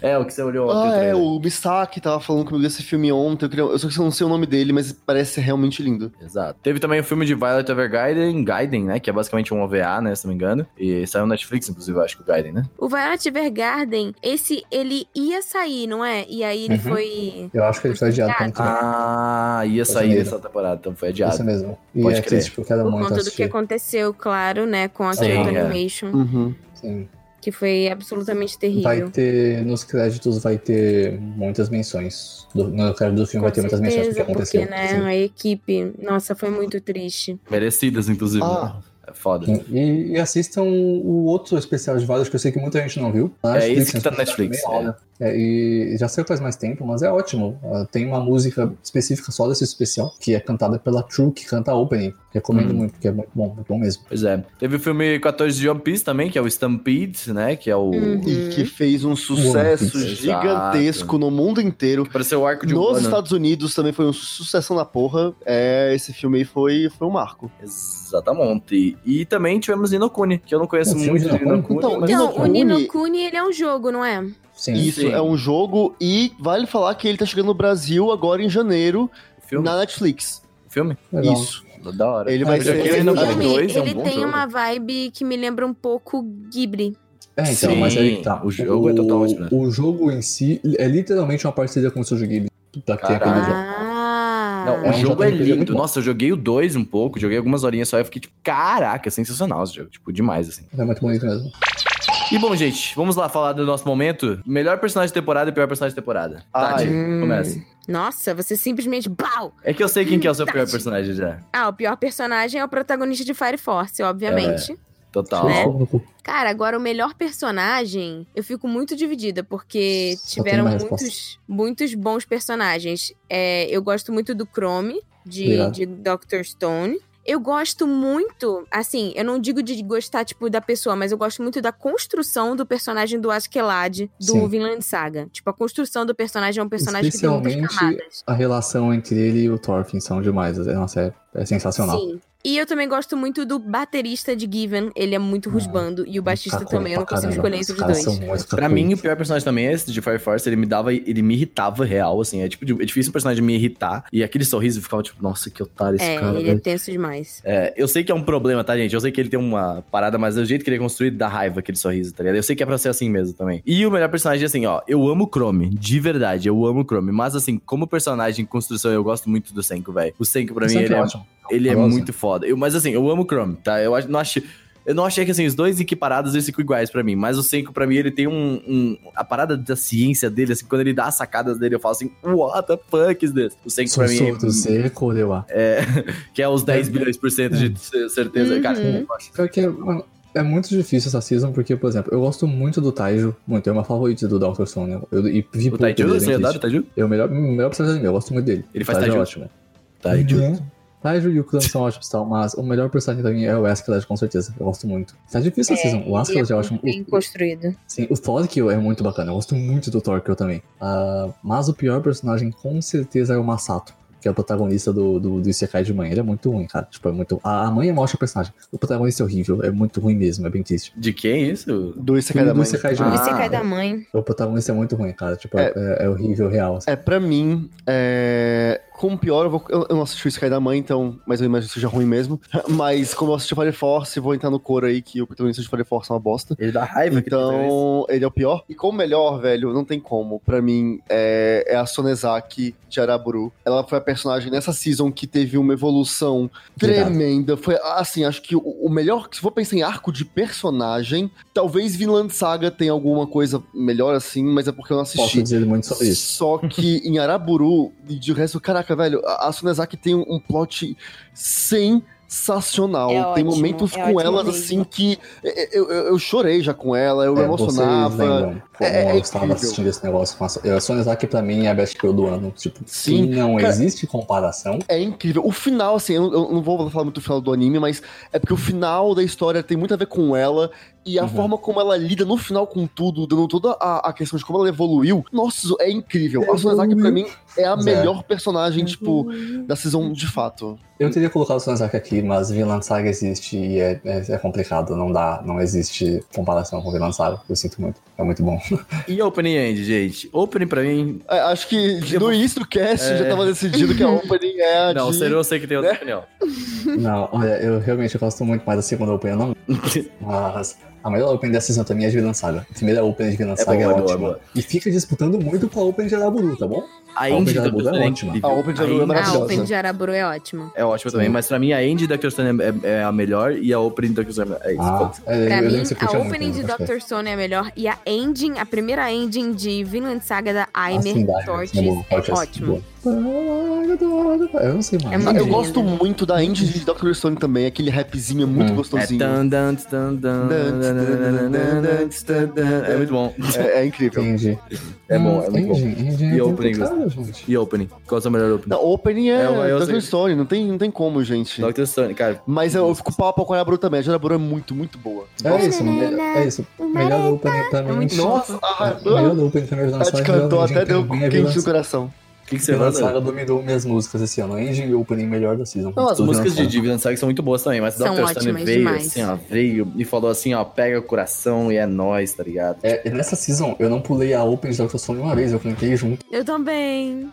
é, o que você olhou ontem. o
Ah, é,
trailer.
o Misaki tava falando comigo desse filme ontem, eu, queria, eu só que eu não sei o nome dele, mas parece ser realmente lindo.
Exato. Teve também o filme de Violet Evergarden, Gaiden, né? Que é basicamente um OVA, né? Se não me engano. E saiu no Netflix, inclusive, eu acho que o Gaiden, né?
O Violet Evergarden, esse, ele ia sair, não é? E aí ele
Uhum.
foi.
Eu acho que ele foi adiado pra ano que vem.
Ah, ia sair
Brasileiro.
essa temporada, então foi
Isso
adiado.
mesmo. E
Pode
é
crer.
triste, porque eu quero
Por
muito
conta do que
assistir.
aconteceu, claro, né? Com a
Sim,
Kyoto
é.
Animation,
Uhum.
Sim.
que foi absolutamente
Vai
terrível.
ter, nos créditos vai ter muitas menções. Do, no crédito do filme vai ter muitas menções do que
certeza, né,
aconteceu.
porque, né,
Sim.
a equipe, nossa, foi muito triste.
Merecidas, inclusive. né?
Ah,
É foda.
E, e assistam o outro especial de Vadas que eu sei que muita gente não viu. Na
É esse que
Netflix,
tá na
né?
Netflix.
Meia hora. É, e já saiu faz mais tempo, mas é ótimo. Ah, Tem uma música específica só desse especial, que é cantada pela True, que canta a opening. Recomendo
Hum.
muito, porque é muito bom, muito bom mesmo.
Pois é. Teve o filme 14 de One Piece também, que é o Stampede, né? Que é o.
Hum.
E que fez um sucesso
Exato.
gigantesco no mundo inteiro.
Pareceu o arco de um
Nos
ano.
Estados Unidos também foi uma sucessão na porra. É, esse filme aí foi, foi um marco.
Exatamente. E também tivemos Inokuni, que eu não conheço
É, filme
muito de
de Ni no
Inokuni.
Kuni.
Então, mas
Então, o
Ni no
Nino
Kuni-
Kuni, ele é um jogo, não é?
Sim.
Isso,
Sim.
é um jogo e vale falar que ele tá chegando no Brasil agora em janeiro
O filme?
na Netflix.
O filme?
Legal.
Isso.
Da hora.
Ele vai
É,
ser.
porque
ele
ele
não
O
Mas
filme,
dois é um
ele
bom
tem
jogo.
uma vibe que me lembra um pouco Ghibli.
É, então,
Sim,
mas aí que tá.
o jogo é totalmente diferente.
O jogo em si é literalmente uma parceria com o Studio Ghibli. é Da que tem aquele
Caralho.
jogo.
Ah!
Não, o
Tá. É um
jogo
jogo
é
que ele é muito
lindo.
bom.
Nossa, eu joguei o 2 um pouco, joguei algumas horinhas só e eu fiquei tipo, caraca, sensacional esse jogo. Tipo, demais, assim.
É muito bonito mesmo.
E bom, gente, vamos lá falar do nosso momento. Melhor personagem de temporada e pior personagem de temporada.
Ai.
Tati,
Hum.
começa.
Nossa, você simplesmente. Bau!
É que eu sei quem que é o seu
Tati.
pior personagem já.
Ah, o pior personagem é o protagonista de Fire Force,
É.
obviamente.
Total.
Né?
Fogo no cu.
Cara, agora o melhor personagem, eu fico muito dividida, porque
Só
tiveram
tem uma resposta.
muitos, muitos bons personagens. É, eu gosto muito do Chrome, de,
Obrigado.
de Dr. Stone. Eu gosto muito, assim, eu não digo de gostar, tipo, da pessoa, mas eu gosto muito da construção do personagem do Askeladd, do
Sim.
Vinland Saga. Tipo, a construção do personagem é um personagem que tem muitas
Especialmente
camadas.
A relação entre ele e o Thorfinn são demais. É, Nossa, é, é sensacional.
Sim. E eu também gosto muito do baterista de Given, ele é muito rusbando, e o baixista
Cacou
também, eu não
Ah, Tá pra
consigo
caramba.
escolher entre os
caras
dois.
são muito
Pra
cacou.
mim, o pior personagem também é esse de Fire Force. Ele me dava, ele me irritava real, assim. É tipo, é difícil o personagem me irritar. E aquele sorriso eu ficava tipo, nossa, que otário esse
É,
cara.
ele é
velho.
tenso demais.
É, eu sei que é um problema, tá, gente? Eu sei que ele tem uma parada, mas é o jeito que ele é construído dá raiva aquele sorriso, tá ligado? Eu sei que é pra ser assim mesmo também. E o melhor personagem, assim, ó, eu amo o Chrome, de verdade, eu amo o Chrome. Mas, assim, como personagem em construção, eu gosto muito do Senko, velho. O Senko, pra mim,
Sempre
ele é,
ótimo.
ele é
Nossa.
muito foda. Eu, mas, assim, eu amo o Chrome, tá? Eu acho- não acho. Eu não achei que assim, os dois equiparados eles ficam iguais pra mim, mas o Senko pra mim ele tem um, um- A parada da ciência dele, assim, quando ele dá as sacadas dele, eu falo assim, what the fuck is this? O Senko pra mim é-
Sussurro, seco, deu a.
é, que é os 10 bilhões por cento de c- certeza.
Uhum.
Cara, eu acho.
Pior que é, mano, é muito difícil essa season, porque, por exemplo, eu gosto muito do Taijo, muito, é uma favorita do Dr. Stone, né? Eu, e vi
o
pouco
Taiju,
dele,
você
bem
adora o
triste.
Taiju?
É o melhor, o melhor personagem meu, eu gosto muito dele.
Ele faz
Taiju é
Taiju?
ótimo. Uhum. Taiju e o Clan são ótimos e tal, mas o melhor personagem pra mim é o Askeladd, com certeza. Eu gosto muito. Tá difícil a season, o Askeladd é, ótimo.
Bem
O,
construído.
sim, o Thorkill é muito bacana, eu gosto muito do Thorkill também. Ah, mas o pior personagem, com certeza, é o Masato. Que é o protagonista do, do, do Isekai de mãe. Ele é muito ruim, cara. Tipo, é muito. A, a mãe é o ótimo personagem. O protagonista é horrível. É muito ruim mesmo. É bem triste.
De quem isso?
Do Isekai da
Do
Mãe.
Isekai de
Ah.
mãe.
Esse cai da mãe.
O protagonista é muito ruim, cara. Tipo, é,
É.
é horrível, real. assim.
É, pra mim, é... como pior, eu, vou... eu eu não assisti o Sky da Mãe, então, mas eu imagino que seja ruim mesmo. Mas como eu assisti Fire Force, vou entrar no coro aí que o protagonista de Fire Force é uma bosta.
Ele dá raiva
Então, ele é o pior. E como melhor, velho, não tem como. Pra mim, é, é a Sonezaki de Araburu. Ela foi a personagem nessa season que teve uma evolução
Verdade.
tremenda. Foi, assim, acho que o, o melhor... Se for pensar em arco de personagem, talvez Vinland Saga tenha alguma coisa melhor, assim, mas é porque eu não
Posso
assisti.
dizer muito sobre isso.
Só que em Araburu, e de resto, caraca, velho, a a Sunezaki tem um, um plot sensacional.
É
tem
ótimo,
momentos
é
com
ótimo
ela,
mesmo.
assim, que eu, eu, eu chorei já com ela, eu me
É, vocês
emocionava.
lembram como
É- é
eu estava
incrível.
assistindo esse negócio. Nossa, eu- a Sony Zack pra mim é a best girl do ano. Tipo,
Sim,
se não
cara-
existe comparação.
É incrível. O final, assim, eu, eu não vou falar muito do final do anime, mas é porque o final da história tem muito a ver com ela. E a
Uhum.
forma como ela lida no final com tudo, dando toda a, a questão de como ela evoluiu, nossa, é incrível. A Sonezaki, pra mim, é a
Mas é.
melhor personagem, tipo, da season de fato.
Eu teria colocado a Sony Zack aqui, mas Vinland Saga existe e é, é- é complicado. Não dá, não existe comparação com Vinland Saga. Eu sinto muito. É muito bom.
E Opening End, gente? Opening pra mim.
É, Acho que
Eu vou-
no início do cast já tava decidido que a opening é a
É. Não,
de...
será eu sei que tem outra opinião.
não, olha, eu realmente gosto muito mais da segunda opinião, não. Mas A melhor open dessa season também é de Vinland Saga. A primeira open de Vinland Saga é,
boa, é boa,
ótima.
é boa.
E fica disputando muito com a open de Araburu, tá bom?
A
Open
Indy
da
da
Buda é
Kirsten é
ótima.
incrível.
A Open de
A
Araburu
Indy-
é
A
maravilhosa.
Open de Araburu é ótima.
É ótima também,
Sim.
mas pra mim a Indy da Kirsten é, é- é a melhor e a Open da Kirsten é isso.
Ah, é,
Pra
eu
mim,
lembro que você curtia
a
muito,
opening
né,
de
acho que é.
Dr. Stone é a melhor. E a ending, a primeira ending de Vinland Saga da
Ah, sim,
Aimer
da-
Torches
é boa,
é
Torches,
ótima.
boa. Eu não sei mais.
É
Ah,
muito
eu
linda.
gosto muito da Andy de Dr. Stone também, aquele rapzinho é muito
Hum.
É
gostosinho.
tan, dan, tan, dan, dan, dan, dan, dan, dan, dan, dan. É muito bom.
É, é incrível.
Entendi.
É bom, é muito bom.
Hum, Entendi, entendi.
E
Tem
opening,
que cara, gente.
E Opening? Qual a sua melhor Opening?
Não, opening é,
É, eu- eu sei.
Dr. Stone, não tem, não tem como, gente.
Dr. Stone, cara.
Mas eu, eu fico pau a pau com a Araburu também. A Araburu é muito, muito boa.
É isso, melhor- é isso. Melhor opening pra mim.
Nossa, a
Melhor opening pra mim.
Ela te cantou até deu quente no coração.
O que, que você
Você
vai
lançada dominou minhas músicas esse ano. Angie Opening melhor da season.
Não, as
Tudo
músicas de
lançado.
Dividend Saga são muito boas também, mas
São
Dr. Stone
ótimas
veio
demais.
assim, ó, veio e falou assim, ó, pega o coração e é nóis, tá ligado?
É, e nessa season eu não pulei a Open de Dr. Stone uma vez, eu cliquei junto.
Eu também.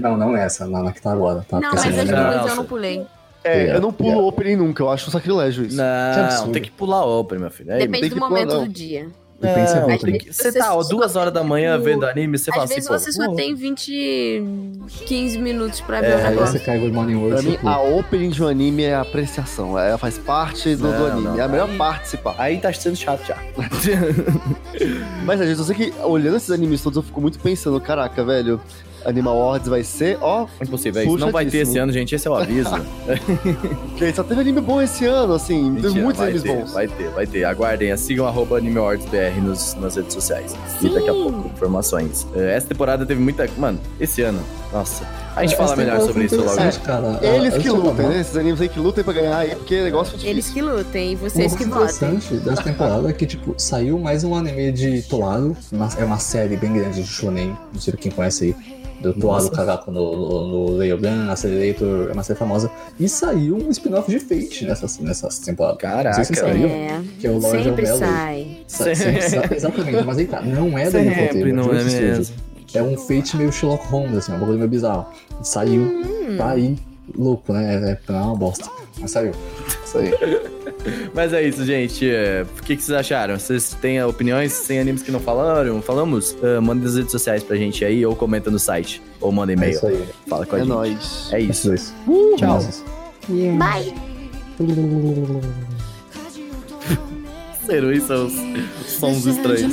não, não essa, na, na que tá agora. Tá?
não,
Porque
mas
essa
as
as
não
duas
é minha.
duas
Nossa.
eu
eu
não
não
pulei.
É,
Yeah,
eu não pulo
yeah.
opening nunca, eu acho um sacrilégio isso.
Que
Não,
absurdo.
tem que pular a Open, meu filho. É,
Depende
tem
do
que
momento
pular, não.
do dia.
Depende se é
não,
Open.
tem que- Você tá, ó, duas horas da manhã vendo anime, você fala
Às
assim,
vezes
pô...
você só
vou-
tem 20, 15 minutos pra ver
É,
o
Aí
negócio.
você cai Good Morning World.
Pra mim,
tipo,
a opening de um anime é a apreciação. Ela faz parte do, do
Não,
anime.
não,
é a melhor
aí-
parte, se pá.
Aí tá sendo chato já.
Mas, gente, eu sei que olhando esses animes todos, eu fico muito pensando, caraca, velho, Animal Hordes vai ser, ó...
Impossível, é isso. Não vai ter esse
puxadíssimo.
ano, gente, esse é o aviso.
Gente, só teve anime bom esse ano, assim. teve
Mentira,
muitos
vai
animes
ter,
bons.
vai ter, vai ter. Aguardem, sigam arroba AnimeWordsBR nos, nas redes sociais. E daqui a
Sim.
pouco, informações. É, Essa temporada teve muita... Mano, esse ano, nossa. A
É,
gente
essa
fala melhor
temporada
sobre
foi
isso logo. né?
interessante, cara.
Eles
Ah,
que
eu
é
sei lá,
lutem,
mano.
né? Esses animes aí que lutem pra ganhar aí, porque o negócio é difícil.
Eles que lutem, e vocês que
O
votem.
interessante dessa temporada é que, tipo, saiu mais um anime de Toado. uma- É uma série bem grande de shonen, não sei quem conhece aí. Do Toado
Nossa.
Kagako no, no, no Railgun, Accelerator, é uma série famosa. E saiu um spin-off de Fate nessa, nessa temporada.
Caraca.
Não sei se saiu,
É,
que é o Lord
sempre
Mello.
sai.
Sa- sempre sai- Exatamente, mas aí tá, não é da
Sempre,
Infotainment,
não é
justo seja.
mesmo?
É um Fate meio Sherlock Holmes, assim, um bagulho meio bizarro. Saiu,
Hum.
tá aí, louco, né? É, é uma bosta, mas saiu.
Isso aí.
Mas é isso, gente. É, O que, que vocês acharam? Vocês têm opiniões? Tem animes que não falaram? Falamos? Ah, manda nas redes sociais pra gente aí, ou comenta no site, ou manda
É
e-mail.
isso aí,
Fala com a
É
gente.
nóis.
É
esses
isso.
dois.
Tchau.
Bye.
Serão isso os sons estranhos.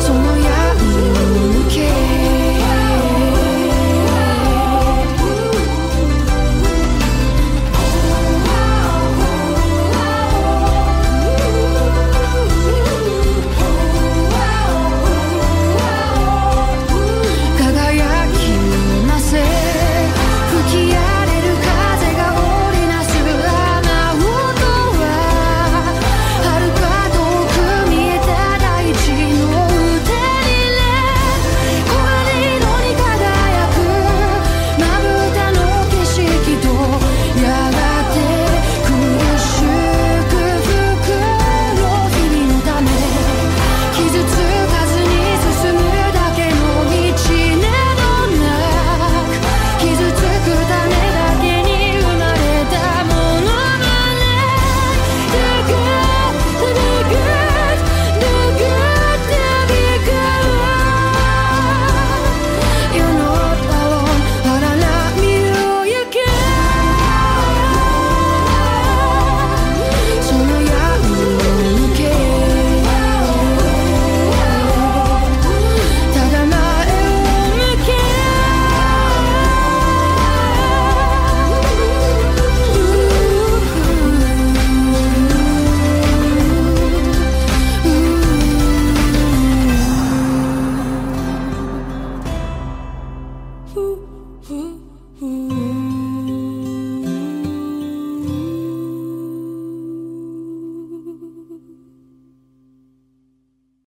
その闇を抜け輝きなせ吹き荒れる風が織りなす穴音は遥か遠く見えた大地の歌にれ黄金色に輝くまぶたの景色とやがて苦しく吹くの君のため傷つかずに進むだけの道などない傷つくためだけに生まれたものまね The good, the good, the good, the good You're not alone, but I love oh, you, you can その闇を抜けただ前を向け Ooh, ooh, ooh.